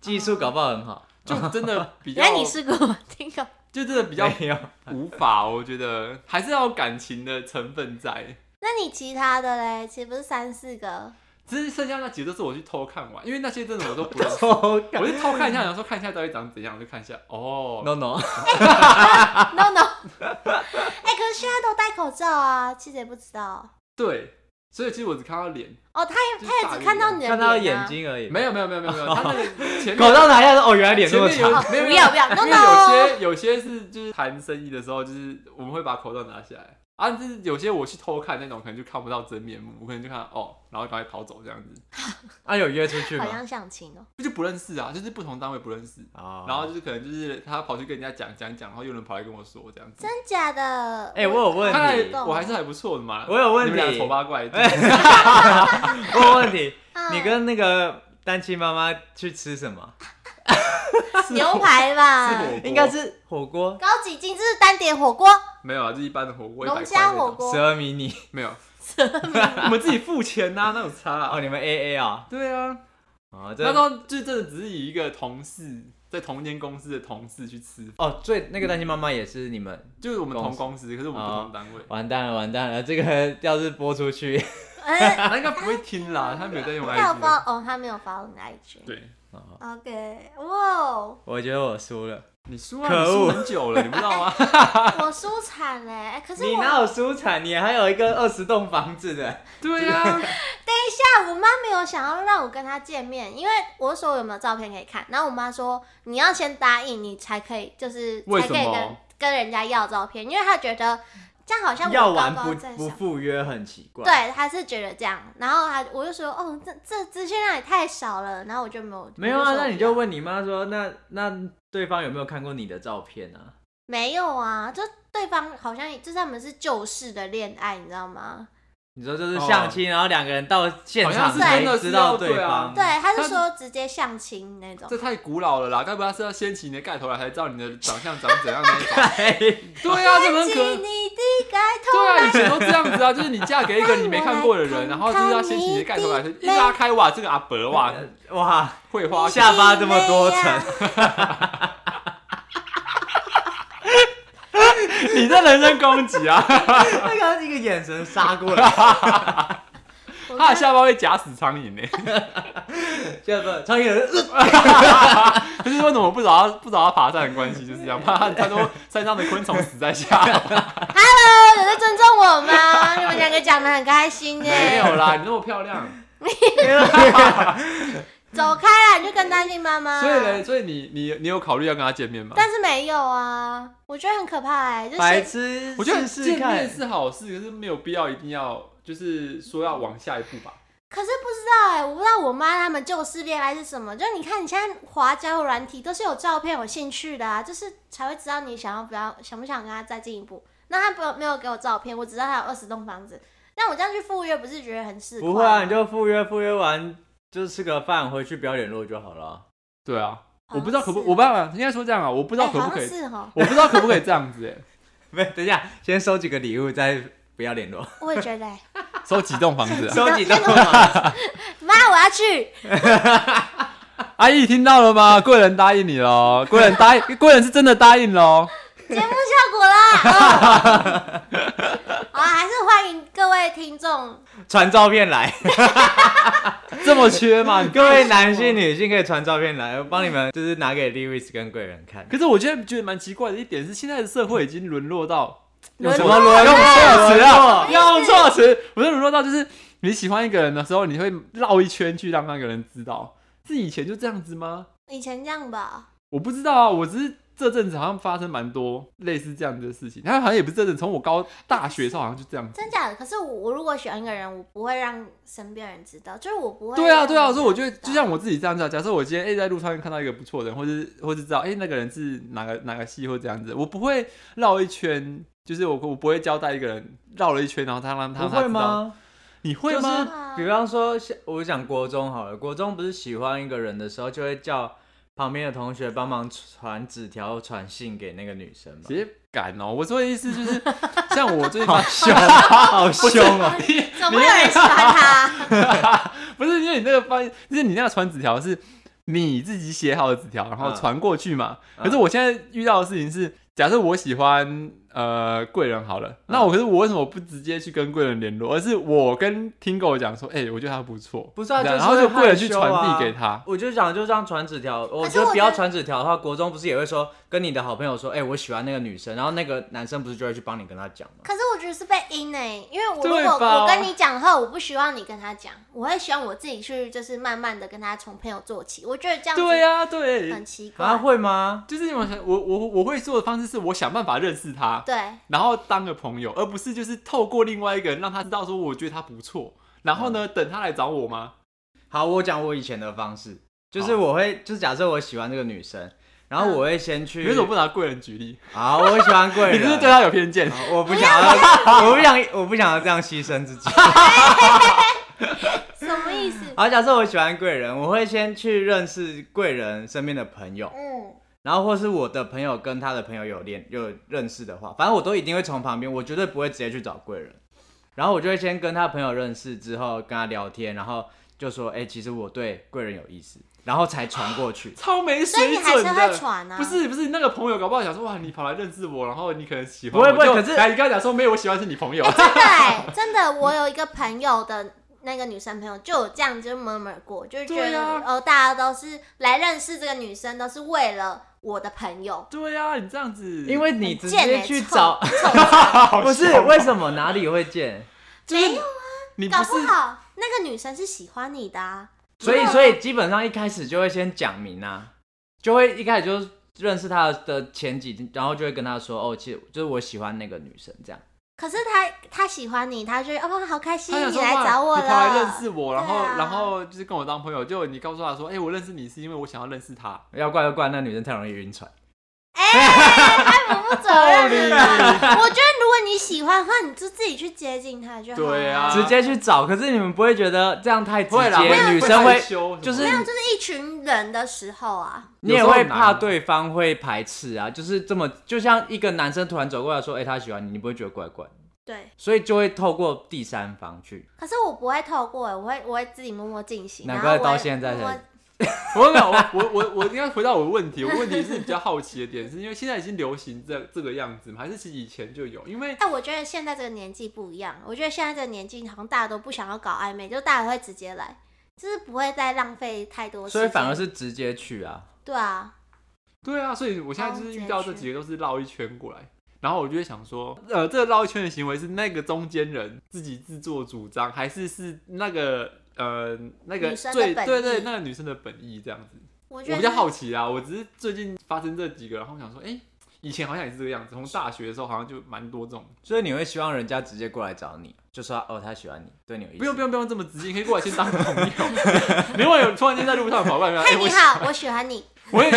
B: 技术搞不好很好。
C: 就真的比较
A: 原来，哎你试过，听过
C: 就真的比较
B: 没有，
C: 无法，我觉得还是要有感情的成分在。
A: 那你其他的嘞，岂不是三四个？
C: 只是剩下那几个都是我去偷看完，因为那些真的我都不认识，
B: 偷看
C: 我就偷看一下，然后说看一下到底长怎样，我就看一下。哦，
B: No no，
A: no no，哎、可是现在都戴口罩啊，其实也不知道。
C: 对，所以其实我只看到 脸，
A: 哦，他也
C: 就是
A: 他也
C: 大
A: 只
C: 鱼
A: 看到
C: 嘛
A: 你的、啊、
B: 看到眼。睛而已。
C: 没有没有没有没有没有，他那个前面
B: 口罩拿下来说，哦，原来脸
C: 前
B: 这么
C: 面有
B: 长。
A: 长
C: 没有
A: 不要不要，no，
C: 因
A: no
C: 为有些有些是就是谈生意的时候，就是我们会把口罩拿下来啊，就是有些我去偷看那种，可能就看不到真面目，我可能就看哦，然后赶快跑走这样子，
B: 啊，有约出去
A: 好
B: 吗？
A: 像相亲哦、
C: 就不认识啊，就是不同单位不认识，
B: 哦
C: 然后就是可能就是他跑去跟人家讲讲讲，然后有人跑来跟我说这样子，
A: 真假的？
B: 哎我有问
C: 看来
B: 题
A: 懂
C: 我还是还不错的嘛，
B: 我有问题
C: 你们俩丑八怪，
B: 我有 问题，
A: 嗯
B: 你跟那个单亲妈妈去吃什么？
A: 牛排吧，
C: 是火锅
B: 应该是火锅，
A: 高级精致单点火锅，
C: 没有啊，就一般的火锅，
A: 农
C: 100块
A: 家
C: 那
A: 火
C: 种
A: 锅
B: 十二迷你。
C: 没有，
A: 啊
C: 我们自己付钱呐、那有差、
B: 哦，
C: 啊，
B: 你们 A A 啊？
C: 对啊。
B: 哦，
C: 那
B: 这
C: 时候就真的只是以一个同事，在同一间公司的同事去吃，
B: 哦，最那个单亲妈妈也是你们。
C: 就是我们
B: 公
C: 同
B: 司
C: 公司，可是我们不同单位。
B: 完蛋了，完蛋了！这个要是播出去，
A: 嗯，
C: 他应该不会听啦，他没有在用
A: 他有
C: IG。
A: follow 哦，他没有 follow 你的 IG。
C: 对，
B: 哦
A: OK，哇，哦
B: 我觉得我输了。
C: 你输啊，
B: 可
C: 你输
B: 恶
C: 很久了，你不知道吗？
A: 我输惨嘞！哎，可是
B: 你
A: 我哎
B: 哪有输惨？你还有一个二十栋房子的。
C: 对啊呀，
A: 但我妈没有想要让我跟她见面，因为我说有没有照片可以看，然后我妈说你要先答应，你才可以，就是
C: 为
A: 才可以
C: 什么
A: 跟跟人家要照片，因为她觉得这样好像
B: 要
A: 我高
B: 玩
A: 高
B: 不
A: 在
B: 不
A: 上。
B: 赴约很奇怪。，
A: 对，她是觉得这样，然后她我就说，哦，这这资讯量也太少了，然后我就没有，
B: 没有啊，
A: 我
B: 那
A: 说
B: 你就问你妈说，那那对方有没有看过你的照片啊？
A: 没有啊，就对方好像就是他们是旧式的恋爱，你知道吗？
B: 你说就是相亲，然后两个人到现
C: 哦好
B: 场
C: 像是真
B: 才
C: 的
B: 知
C: 是
B: 道
C: 要
B: 对
C: 对啊
B: 方，
A: 对，他是
C: 他
A: 说直接相亲那种
C: 这。太古老了啦，该不会他是要掀起你的盖头来才知道你的长相长怎样那 一种？
B: 对，
C: 对啊，这很
A: 牵
C: 可
A: 起你的盖头
C: 对啊，以前都这样子啊，就是你嫁给一个你没看过的人，然后就是要掀起你的盖头来，一拉开哇，这个阿伯哇，
B: 哇，
C: 会花
B: 下巴这么多层
A: 你妹呀，
C: 你这人身攻击啊！
B: 那个一个眼神杀过来，
A: 我
C: 他
A: 看
C: 的下巴会夹死苍蝇欸呢。
B: 下巴苍蝇人呃
C: 就是为什么不找他不找他爬山的关系就是这 样，怕他他说山上的昆虫死在下。
A: Hello，有在尊重我吗？你们两个讲的很开心呢。
C: 没有啦，你那么漂亮，
A: 走开啦，你就跟单亲妈妈。
C: 所以呢，所以你你你有考虑要跟他见面吗？
A: 啊但是没有啊，我觉得很可怕哎、就
B: 白
A: 是
B: 痴，
C: 我觉得
B: 试试
C: 见
B: 看
C: 面，是好事，可是没有必要一定要就是说要往下一步吧。
A: 可是不知道哎、我不知道我妈他们旧式恋爱是什么。就你看你现在滑交友软体都是有照片、有兴趣的啊，就是才会知道你想要不要、想不想跟他再进一步。那他不没有给我照片，我只知道他有二十栋房子。那我这样去赴约，不是觉得很市侩吗？
B: 不会啊，你就赴约，赴约完就吃个饭，回去不要联络就好了。
C: 对啊，
A: 好像
C: 我不知道可不，
A: 是
C: 我爸爸应该说这样啊，我不
A: 不
C: 知道可不可以，
A: 是哦，
C: 我不知道可不可以这 样子哎，
B: 没，等一下，先收几个礼物，再不要联 络，
A: 我也觉得、欸。
C: 收几栋房子啊？
B: 收几栋房子。
A: 妈，我要去。
C: 阿姨听到了吗？贵人答应你喽，贵人答应，贵人是真的答应喽。
A: 节目效果啦。哦 好啊，还是欢迎各位听众。
B: 传照片来，
C: 这么缺 嘛？
B: 各位男性、女性可以传照片来，我帮你们就是拿给 Lewis 跟贵人看。
C: 可是我现在觉得蛮奇怪的一点是，现在的社会已经沦落 到用
A: 沦
C: 什
A: 落
C: 么
B: 沦
C: 用错词啊？
B: 沦
C: 用错词，我说沦落到就是你喜欢一个人的时候，你会绕一圈去让那个人知道，是以前就这样子吗？
A: 以前这样吧，
C: 我不知道啊，我只是这阵子好像发生蛮多类似这样子的事情，但好像也不是这阵子，从我高大学的时候好像就这样子。
A: 真假的？可是我我如果喜欢一个人，我不会让身边人知道，就是我不会。
C: 对啊，对啊，所以我觉得就像
A: 我，
C: 我自己这样子、啊，假设我今天哎、在路上面看到一个不错的人，或是或是知道哎、那个人是哪个哪个系或这样子，我不会绕一圈，就是我我不会交代一个人绕了一圈，然后他让他
B: 不会？
C: 他
B: 吗？
C: 知道你会
B: 就是
C: 吗？
A: 啊
B: 比方说，像我讲国中好了，国中不是喜欢一个人的时候，就会叫旁边的同学帮忙传纸条、传信给那个女生嘛
C: 直。接敢哦！我说的意思就是，像我最 近发
B: 好凶，啊好凶哦！
A: 怎么会有人喜欢他？
C: 不是因为你那个发，就是你那个传纸条是你自己写好的纸条，然后
B: 嗯
C: 传过去嘛。
B: 嗯
C: 可是我现在遇到的事情是，假设我喜欢呃贵人好
B: 嗯
C: 了，那我可是我为什么不直接去跟贵人联络，而是我跟听狗讲说，哎、我觉得他不错，
B: 不是啊
C: 这样
B: 就是
C: 然后就
B: 会
C: 贵人去
B: 害羞啊
C: 传递给他。
B: 我就讲，就这样传纸条。我
A: 可是
B: 觉得
A: 我
B: 不要
A: 觉得
B: 传纸条的话，国中不是也会说跟你的好朋友说，哎、我喜欢那个女生，然后那个男生不是就会去帮你跟他讲吗？
A: 可是我觉得是被阴呢、欸因为我如
C: 对
A: 果
C: 吧
A: 我跟你讲的话，我不希望你跟他讲，我会希望我自己去，就是慢慢的跟他从朋友做起。我觉得这样
C: 对啊
A: 子嗯
C: 呀、对，
A: 很奇怪。
B: 啊，会吗？
C: 就是我想我我我会做的方式是我想办法认识他，
A: 对，
C: 然后当个朋友，而不是就是透过另外一个人让他知道说我觉得他不错，然后
B: 嗯
C: 呢、等他来找我吗？
B: 好，我讲我以前的方式，就是
C: 好
B: 我会，就是假设我喜欢这个女生，然后
A: 嗯
B: 我会先去。
C: 你为 什么不拿贵人举例？
B: 啊，我喜欢 贵
C: 你是不是
B: 人。
C: 对他哦有偏见？。
B: 啊我不想要，我不想，我不想要这样牺牲自己。
A: 什么意思？
B: 好，假设我喜欢贵人，我会先去认识贵人身边的朋友，
A: 嗯，
B: 然后或是我的朋友跟他的朋友有联有认识的话，反正我都一定会从旁边，我绝对不会直接去找贵人。然后我就会先跟他朋友认识，之后跟他聊天，然后就说：“哎、其实我对贵人有意思。”然后才传过去
C: 超没
A: 所以
C: 水
A: 你还是
C: 准
A: 会
C: 的。
A: 传啊？
C: 不，是不是，那个朋友搞不好想说哇，你跑来认识我，然后你可能喜欢
B: 不会
C: 我，
B: 不会
C: 就
B: 可是
C: 哎，你刚才讲说没有，我喜欢是你 朋友，
A: 真的欸、真的，我有一个朋友的那个女生朋友就有这样就 murmur 过，就是觉
C: 对
A: 得、
C: 啊
A: 哦，大家都是来认识这个女生，都是为了我的朋友。
C: 对啊，你这样子，
B: 因为你直接去找，
A: 很贱欸臭臭男
B: 不是为什么哪里会见？
A: 没有，
C: 你不
A: 搞
C: 是
A: 不好那个女生是喜欢你的、啊，
B: 所以
A: 没有啊
B: 所以基本上一开始就会先讲明啊，就会一开始就认识他的前几天，然后就会跟他说：“哦，其实就是我喜欢那个女生。”这样。
A: 可是她她喜欢你，她就觉得哦好开心，
C: 他想说
A: 来找我
C: 哇
A: 了，
C: 你跑来认识我，然后、
A: 对啊
C: 然后就是跟我当朋友，就你告诉他说，哎、我认识你是因为我想要认识他，
B: 要怪就怪那女生太容易晕船。
A: 哎、太不负责任了。我觉得如果你你喜欢的话，你就自己去接近他就好了。
C: 对啊
B: 直接去找。可是你们不会觉得这样太直
C: 会啦，
B: 接，女生
C: 会害
B: 会
C: 羞
B: 就是
C: 什么
A: 没有，
C: 的
A: 就是一群人的时候啊，
B: 你也会
C: 有时候
B: 怕
C: 难
B: 对方会排斥啊，就是这么，就像一个男生突然走过来说：“哎、他喜欢你”，你不会觉得怪怪，
A: 对。
B: 所以就会透过第三方去。
A: 可是我不会透过，我会我会自己默默进行。
B: 难
A: 然
B: 怪
A: 后我
B: 到
A: 会
B: 现在才
A: 默默
C: 我没有，我我我我应该回到我的问题，我问题是比较好奇的点，是因为现在已经流行这这个样子吗？还是其实以前就有？因为
A: 但我觉得现在这个年纪不一样，我觉得现在这个年纪好像大家都不想要搞暧昧，就大家会直接来，就是不会再浪费太多时间。
B: 所以反而是直接去啊，
A: 对啊，
C: 对啊，所以我现在就是遇到这
A: 好
C: 几个都是绕一圈过来，然后我就会想说，呃，这个绕一圈的行为是那个中间人自己自作主张，还是是那个呃那个
A: 女生的
C: 最
A: 本
C: 对对
A: 意
C: 那个女生的本意这样子？
A: 我觉
C: 我
A: 得
C: 比较好奇啊，我只是最近发生这几个，然后我想说，哎、以前好像也是这个样子，从大学的时候好像就蛮多这种，
B: 所以你会希望人家直接过来找你，就说：“哦，他喜欢你，对你有意思。”
C: 不用不用不用这么直接，你可以过来先当朋友。 你会有突然间在路上跑过 来，哎、
A: 嗨，
C: 我
A: 你好，我喜欢 你，
C: 我也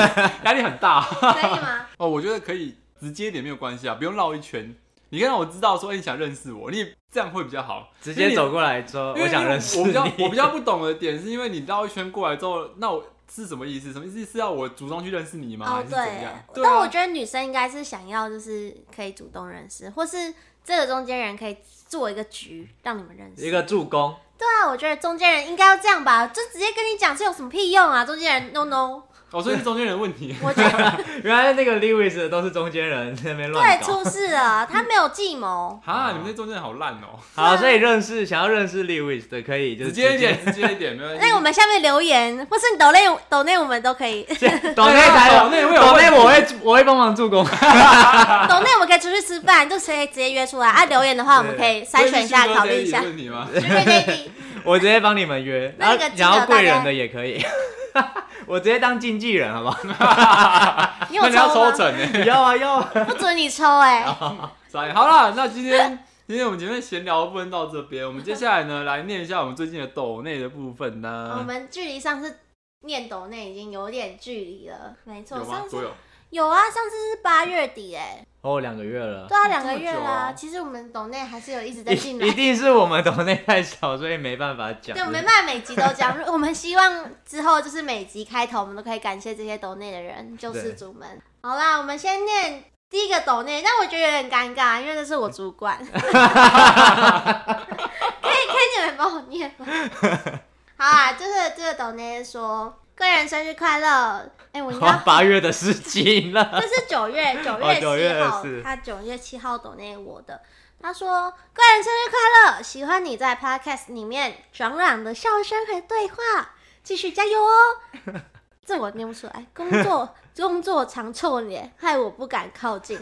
C: 压力很大
A: 可以吗？
C: 哦。我觉得可以直接一点没有关系啊，不用绕一圈。你可以让我知道说，哎、你想认识我，你这样会比较好。
B: 直接走过来说：“
C: 因为
B: 我想认识
C: 我
B: 你。
C: 比较我比较不懂的点是因为你绕一圈过来之后，那我是什么意思？什么意思是要我主动去认识你吗？还
A: 哦，
C: 是怎么
A: 对
C: 样？，对
A: 但我
C: 啊，
A: 觉得女生应该是想要就是可以主动认识，或是这个中间人可以做一个局让你们认识。
B: 一个助攻，
A: 对啊，我觉得中间人应该要这样吧，就直接跟你讲是有什么屁用啊？中间人 no no，
C: 哦，所以是中间人的问题。
A: 我觉得
B: 原来那个 Lewis 的都是中间人在那边乱
A: 对
B: 搞。
A: 出事了，他没有计谋。
C: 哈，你们这中间人好烂哦、
B: 好，所以认识想要认识 Lewis 的可以就是
C: 直接一点，直接一点，没关 系。
A: 那我们下面留言，或是你抖内抖内我们都可以，
B: 抖内才有，
C: 抖哎内会有
B: 抖内
C: 问题
B: 我会我会帮忙助攻。
A: 抖内我们可以出去吃饭，就可以直接约出来。啊，留言的话我们可以筛选一下，
C: 这是
A: 考虑一下
C: 这是。问题吗？
A: 对对对，
B: 我直接帮你们约，然
A: 那
B: 后
A: 个金额
B: 想要贵
A: 大
B: 人
A: 概
B: 的也可以， 我直接当经纪人，好不好？
A: 你有
C: 那你要
A: 抽吗？
C: 抽成呢、
B: 要啊要啊，
A: 不准你抽哎、
C: 傻 眼好啦，那今天今天我们前面闲聊的部分到这边，我们接下来呢来念一下我们最近的抖内的部分
A: 我
C: 呢。
A: 们距离上次念抖内已经有点距离了，没错。
C: 有吗
A: 上？
C: 多
A: 次
C: 有。
A: 有啊，上次是八月底哎、
B: 哦，两个月了，
A: 对啊，
C: 这么
A: 两个月
C: 久
A: 啦、
C: 啊
A: 其实我们抖内还是有一直在进
B: 一一
A: 来。
B: 定是我们懂内太少，所以没办法讲。
A: 对，我们没办法每集都讲， 我们希望之后就是每集开头，我们都可以感谢这些抖内的人，救世主们。好啦，我们先念第一个抖内，但我觉得有点尴尬，因为这是我主管。可以，可以你们帮我念吗？好啊，这个这个抖内说，个人生日快乐！哎、我应 该
B: 哇，哦八月的事情了，
A: 这是九 月九
B: 哦
A: 月
B: 九月
A: 七号，
B: 24
A: 他九月七号抖内我的。他说：“个人生日快乐！喜欢你在 Podcast 里面爽朗的笑声和对话，继续加油哦！” 这我念不出来，工作 工作常臭脸，害我不敢靠近。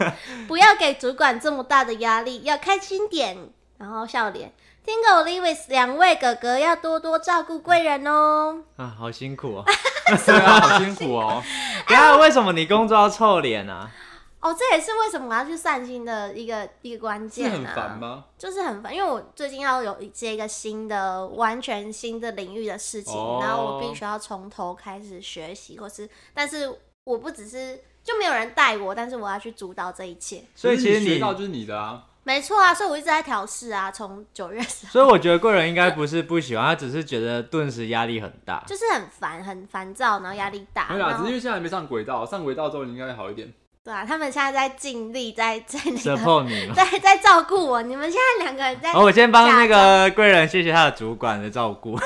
A: 不要给主管这么大的压力，要开心点，然后笑脸。听狗 Lewis 两位哥哥要多多照顾贵人哦。
B: 啊，好辛苦哦。
C: 对啊，好辛苦哦。
B: 然后为什么你工作要臭脸啊？
A: 哦，这也是为什么我要去散心的一个一个关
C: 是
A: 键、啊。
C: 很烦吗？
A: 就是很烦，因为我最近要有接一个新的、完全新的领域的事情，
C: 哦
A: 然后我必须要从头开始学习，或是，但是我不只是就没有人带我，但是我要去主导这一切。
B: 所以
C: 可
B: 其
C: 是
B: 实
C: 你学
B: 你，
C: 到就是你的啊。
A: 没错啊，所以我一直在调试啊，从九月 十号
B: 所以我觉得贵人应该不是不喜欢，他只是觉得顿时压力很大。
A: 就是很烦、很烦躁，然后压力大。
C: 没
A: 啊然
B: 啊
C: 啦，只
A: 后
C: 是因为现在还没上轨道，上轨道之后你应该会好一点。
A: 对啊，他们现在在尽力，在在那个
B: support 你 嘛。
A: 在在照顾我。你们现在两个人在
B: 好，我先帮那个贵人谢谢他的主管的照顾，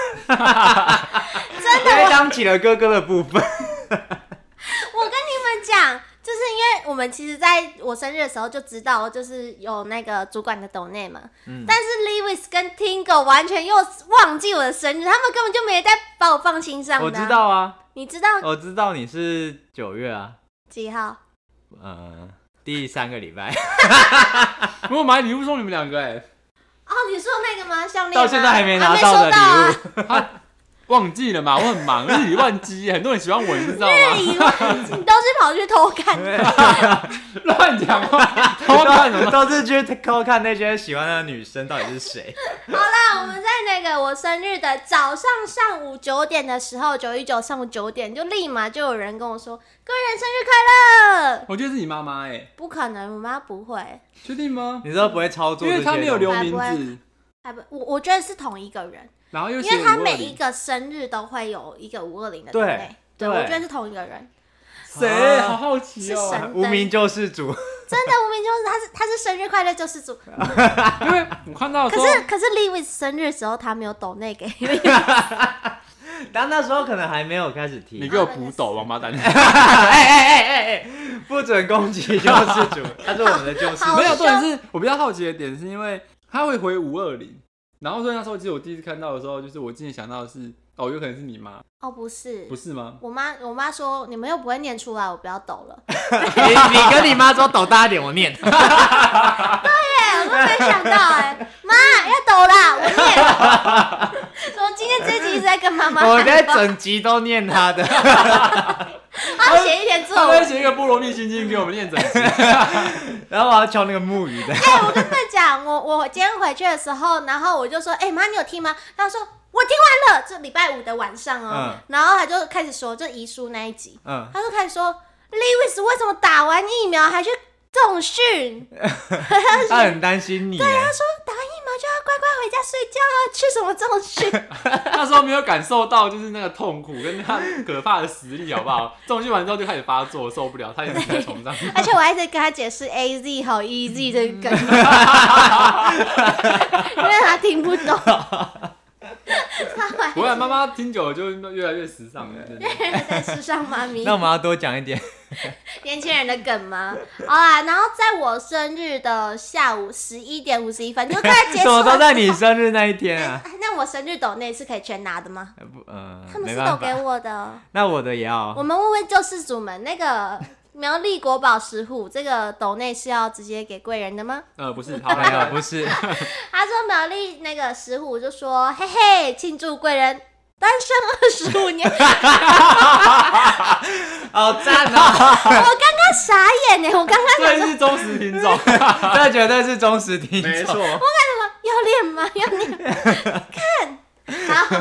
A: 真的
B: 因为当起了哥哥的部分。
A: 我跟你们讲，就是因为我们其实在我生日的时候就知道，就是有那个主管的抖内嘛。
B: 嗯
A: 但是 Lewis 跟 Tingo 完全又忘记我的生日，他们根本就没在把我放心上、啊。
B: 我知，道啊，
A: 你知道
B: 我知道你是九月啊，
A: 几号？
B: 嗯，第三个礼拜
C: 如果买礼物送你们两个、哎，
A: 哦，你说那个吗？项链吗
B: 到现在还没
A: 啊
B: 拿
A: 没
B: 到的
A: 收到啊
B: 礼物，
C: 忘记了嘛？我很忙，日理万机，很多人喜欢我，你不知道
A: 日
C: 吗？
A: 以为哎你都是跑去偷看的，
C: 乱讲话，偷 看什么？
B: 都是去偷看那些喜欢的女生到底是谁。
A: 好啦，我们在那个我我生日的早上上午九点的时候，九一九上午九点就立马就有人跟我说：“个人生日快乐
C: 我觉得是你妈妈哎，！”
A: 不可能，我妈不会，
C: 确定吗？
B: 你知道不会操作
C: 因
B: 这
C: 为
B: 些东
C: 她
B: 西，
C: 没有留
A: 东西
C: 名 字，
A: 还不，我我觉得是同一个人，
C: 然后又
A: 因
C: 写
A: 为他
C: 五
A: 每
C: 二
A: 一
C: 零，
A: 个生日都会有一个五二零的
B: 对
A: 在内对，
B: 对
A: 我觉得是同一个人，
C: 谁？
B: 啊
C: 好好奇
A: 是
C: 哦
A: 神，
B: 无名救世主，
A: 真的，无名就是他是他是生日快乐救世 主，
C: 因为我看到
A: 啊可
C: 说，
A: 是可是 Lewis 生日的时候他没有抖内 给，
B: 但那时候可能还没有开始踢
C: 你。给我补抖王八蛋，
B: 哎哎哎哎哎，不准攻击救世主，他是我们的救世
A: 好
B: 主
C: 没。有，
A: 凶
C: 重点是我比较好奇的点是因为他会回五二零，然后所以那时候其实我第一次看到的时候，就是我今天想到的是，哦，有可能是你妈，
A: 哦，不是
C: 不，是吗？
A: 我妈我妈说你们又不会念出来，我不要抖了。
B: 你你跟你妈说抖大一点，我念。
A: 哎，我都没想到哎、妈要抖啦，我念。 我今天这一集一直在跟妈妈，
B: 我在
A: 她
B: 整集都念他的。
A: 要写一篇作
C: 他会
A: 文。
C: 写一个《菠萝蜜心经》给我们念整 集，
B: 然后我要敲那个木鱼的，
A: 哎、我跟他讲，我我今天回去的时候，然后我就说，哎、妈，你有听吗？她说我听完了，这礼拜五的晚上哦、
B: 嗯
A: 然后她就开始说，就遗书那一集，
B: 嗯，
A: 她就开始说，Lewis 为什么打完疫苗还去重训？
B: 他很担心你。对啊，
A: 说打完疫苗就要乖乖回家睡觉，去什么重训？
C: 那时候没有感受到就是那个痛苦跟他可怕的实力，好不 好？重训完之后就开始发作，受不了，他也是在床上。
A: 而且我还在跟他解释 A Z 好 E Z 这个梗， 因为他听不懂。
C: 不会啊，妈妈听久了就越来越时尚了。真的
A: 在时尚妈咪
B: 那，我们要多讲一点。
A: 年轻人的梗吗？ 好啦，然后在我生日的下午十一点五十一分，就 快结
B: 什
A: 束了。
B: 么都在你生日那一天啊
A: 哎。那我生日抖那是可以全拿的吗？
B: 呃不，嗯，
A: 他们
B: 没
A: 是
B: 办
A: 抖给
B: 法。
A: 我的。
B: 那我的也要
A: 我们问问救世主们，那个苗栗国宝石虎这个抖内是要直接给贵人的吗？
C: 呃，不是，好，
B: 没有，
C: 来
B: 哎不 是，
A: 他说苗栗那个石虎就说：“嘿嘿，庆祝贵人单身二十五 年。”
B: 好赞 哦！
A: 我刚刚傻眼呢，我刚刚
C: 这是忠实听 众，
B: 这绝对是忠实听
C: 没
B: 众。
C: 错。
A: 要练吗？要练吗，看。好，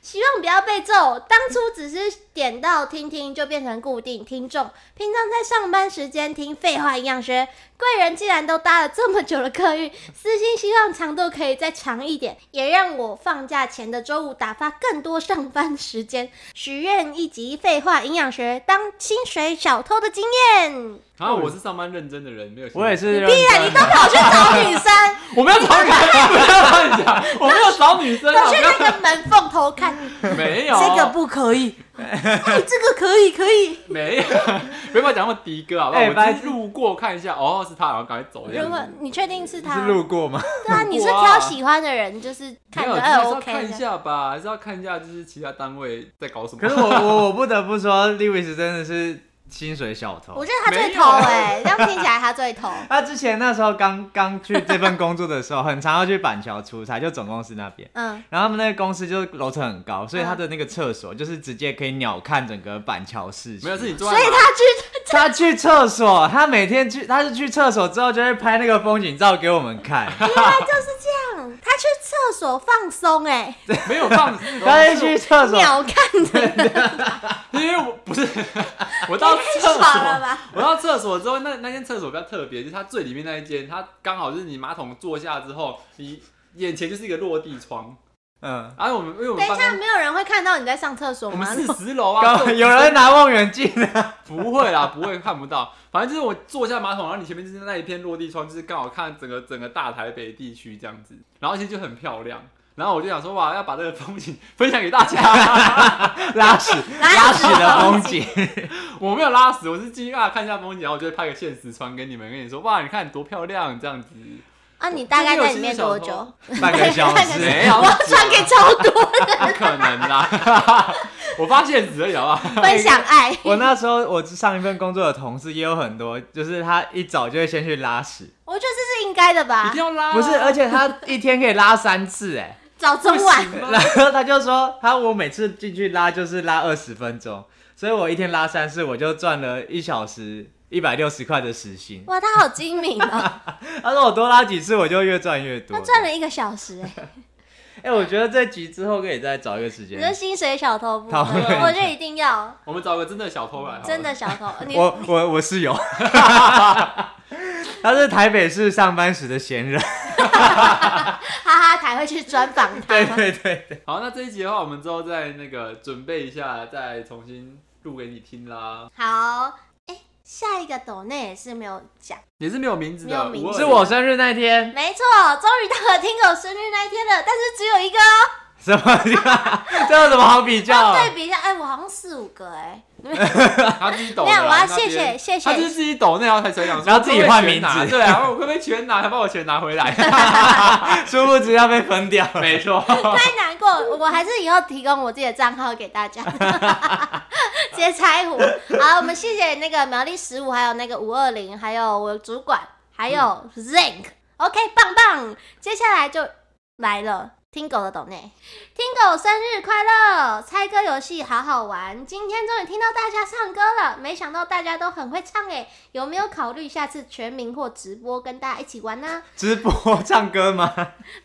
A: 希望不要被揍。当初只是点到听听，就变成固定听众。平常在上班时间听废话营养学，贵人既然都搭了这么久的客运，私心希望长度可以再长一点，也让我放假前的周五打发更多上班时间。许愿一集废话营养学当薪水小偷的经验。
C: 然后我是上班认真的人，没有。
B: 我也，是认
A: 必然你
B: 真
A: 都跑去找女生。
C: 我没有找女生，不要乱讲，我没有找女生啊，
A: 去那个门缝偷看，
C: 不要 没有，
A: 这个不可以，哎，这个可以可以。
C: 没有， 没办法讲那么低歌好不好？
B: 哎
C: 我
B: 白
C: 只是
B: 痴
C: 路过看一下，哦，是他，然后赶快走。这样
A: 如
C: 子
A: 果你确定是他
B: 是，路 过吗？
A: 对啊，你是挑喜欢的人，就是
C: 没
A: 看
C: 有，
A: 着
C: 就是还
A: 哎
C: 是要看
A: OK
C: 一
A: 的。
C: 下吧，还是要看一下，就是其他单位在搞什么。
B: 可是我我我不得不说，Lewis 真的是薪水小
A: 我
B: 偷。
A: 觉得他最头哎，这样听起来他最头。
B: 他之前那时候刚刚去这份工作的时候，很常要去板桥出差，就总公司那边。
A: 嗯，
B: 然后他们那个公司就是楼层很高，所以
A: 嗯
B: 他的那个厕所就是直接可以鸟看整个板桥市区。
C: 没有，是你坐
A: 所
C: 在
A: 以
C: 哪
A: 他去
B: 他去厕所，他每天去，他是去厕所之后就会拍那个风景照给我 们看。
A: 原来就是这样，他去厕所放松哎，
C: 没有放， 哦
B: 他是去厕所，
A: 鸟看着，
C: 因为我不是 我到厕所
A: 太爽了吧
C: 我到厕所之后，那那间厕所比较特别，就是它最里面那一间，它刚好就是你马桶坐下之后，你眼前就是一个落地窗。
B: 嗯，
C: 而、啊、我们因 为我
A: 等
C: 们
A: 一
C: 办
A: 下
C: 公
A: 没有人会看到你在上厕所
C: 我
A: 吗
C: 们？四十楼啊，
B: 刚
C: 这
B: 有人拿望远镜 啊，
C: 不会啦， 不会看不到。反正就是我坐下马桶，然后你前面就是那一片落地窗，就是刚好看整个整个大台北地区这样子，然后其实就很漂亮。然后我就想说，哇，要把这个风景分享给大家。
B: 拉屎 拉屎的风 景。
C: 我没有拉屎，我是进去啊看一下风景，然后我就会拍个现实传给你们，跟你说，哇，你看多漂亮这样子。
A: 啊，你大概在里面多
C: 这边有
A: 久？
B: 半个小时，
C: 没有
A: 我要传给超多
C: 不可能啦！ 我发现只有啊，
A: 分享哎爱。
B: 我那时候我上一份工作的同事也有很多，就是他一早就会先去拉屎，
A: 我觉得这是应该的
C: 一
A: 吧
C: 定，要拉啊。
B: 不是，而且他一天可以拉三次，哎，
A: 早中晚。
B: 然后他就说他我每次进去拉就是拉二十分钟，所以我一天拉三次，我就赚了一小时一百六十块的时 薪。
A: 哇，他好精明哦，
B: 他说我多拉几次我就越赚越多
A: 他，赚了一个小时哎。
B: 哎、我觉得这集之后可以再找一个时
A: 你说
B: 间。
A: 薪水小偷不
B: 讨论一下
A: 我就一定要
C: 我们找个真的小偷来好了，
A: 真的小偷，你
B: 我我我室 友，他是台北市上班时的闲 人。
A: 哈哈才会去专访他。
B: 对对对对，
C: 好。那这一集的话，我们之后再那个准备一下，再重新录给你听啦。
A: 好，哎、下一个抖内也是没有讲，
C: 也是没有名字
A: 没有
C: 的，
A: 名字
B: 是 我生日那天，
A: 没错，终于到了听狗生日那一天了，但是只有一个哦。
B: 什么地方？这有什么好比 较？啊
A: 对比一下，哎、我好像四五个哎、
C: 他自己抖
A: 没
C: 的
A: 有，
C: 啦。
A: 我要
C: 那
A: 谢
C: 边
A: 谢谢
C: 他就是
A: 谢。
C: 自己抖那条才想说，
B: 然后自己换名字
C: 我可不可以全拿对啊，我可不可以全拿？他把我钱拿回来，
B: 殊不知要被分掉了。
C: 没错。
A: 太难过了，我还是以后提供我自己的账号给大家， 直接拆伙。好，我们谢谢那个苗栗十五，还有那个五二零，还有我的主管，还有 Zinc。OK，棒棒。接下来就来了。听狗的抖内，听狗生日快乐！猜歌游戏好好玩，今天终于听到大家唱歌了，没想到大家都很会唱诶，有没有考虑下次全民或直播跟大家一起玩呢？
B: 直播唱歌吗？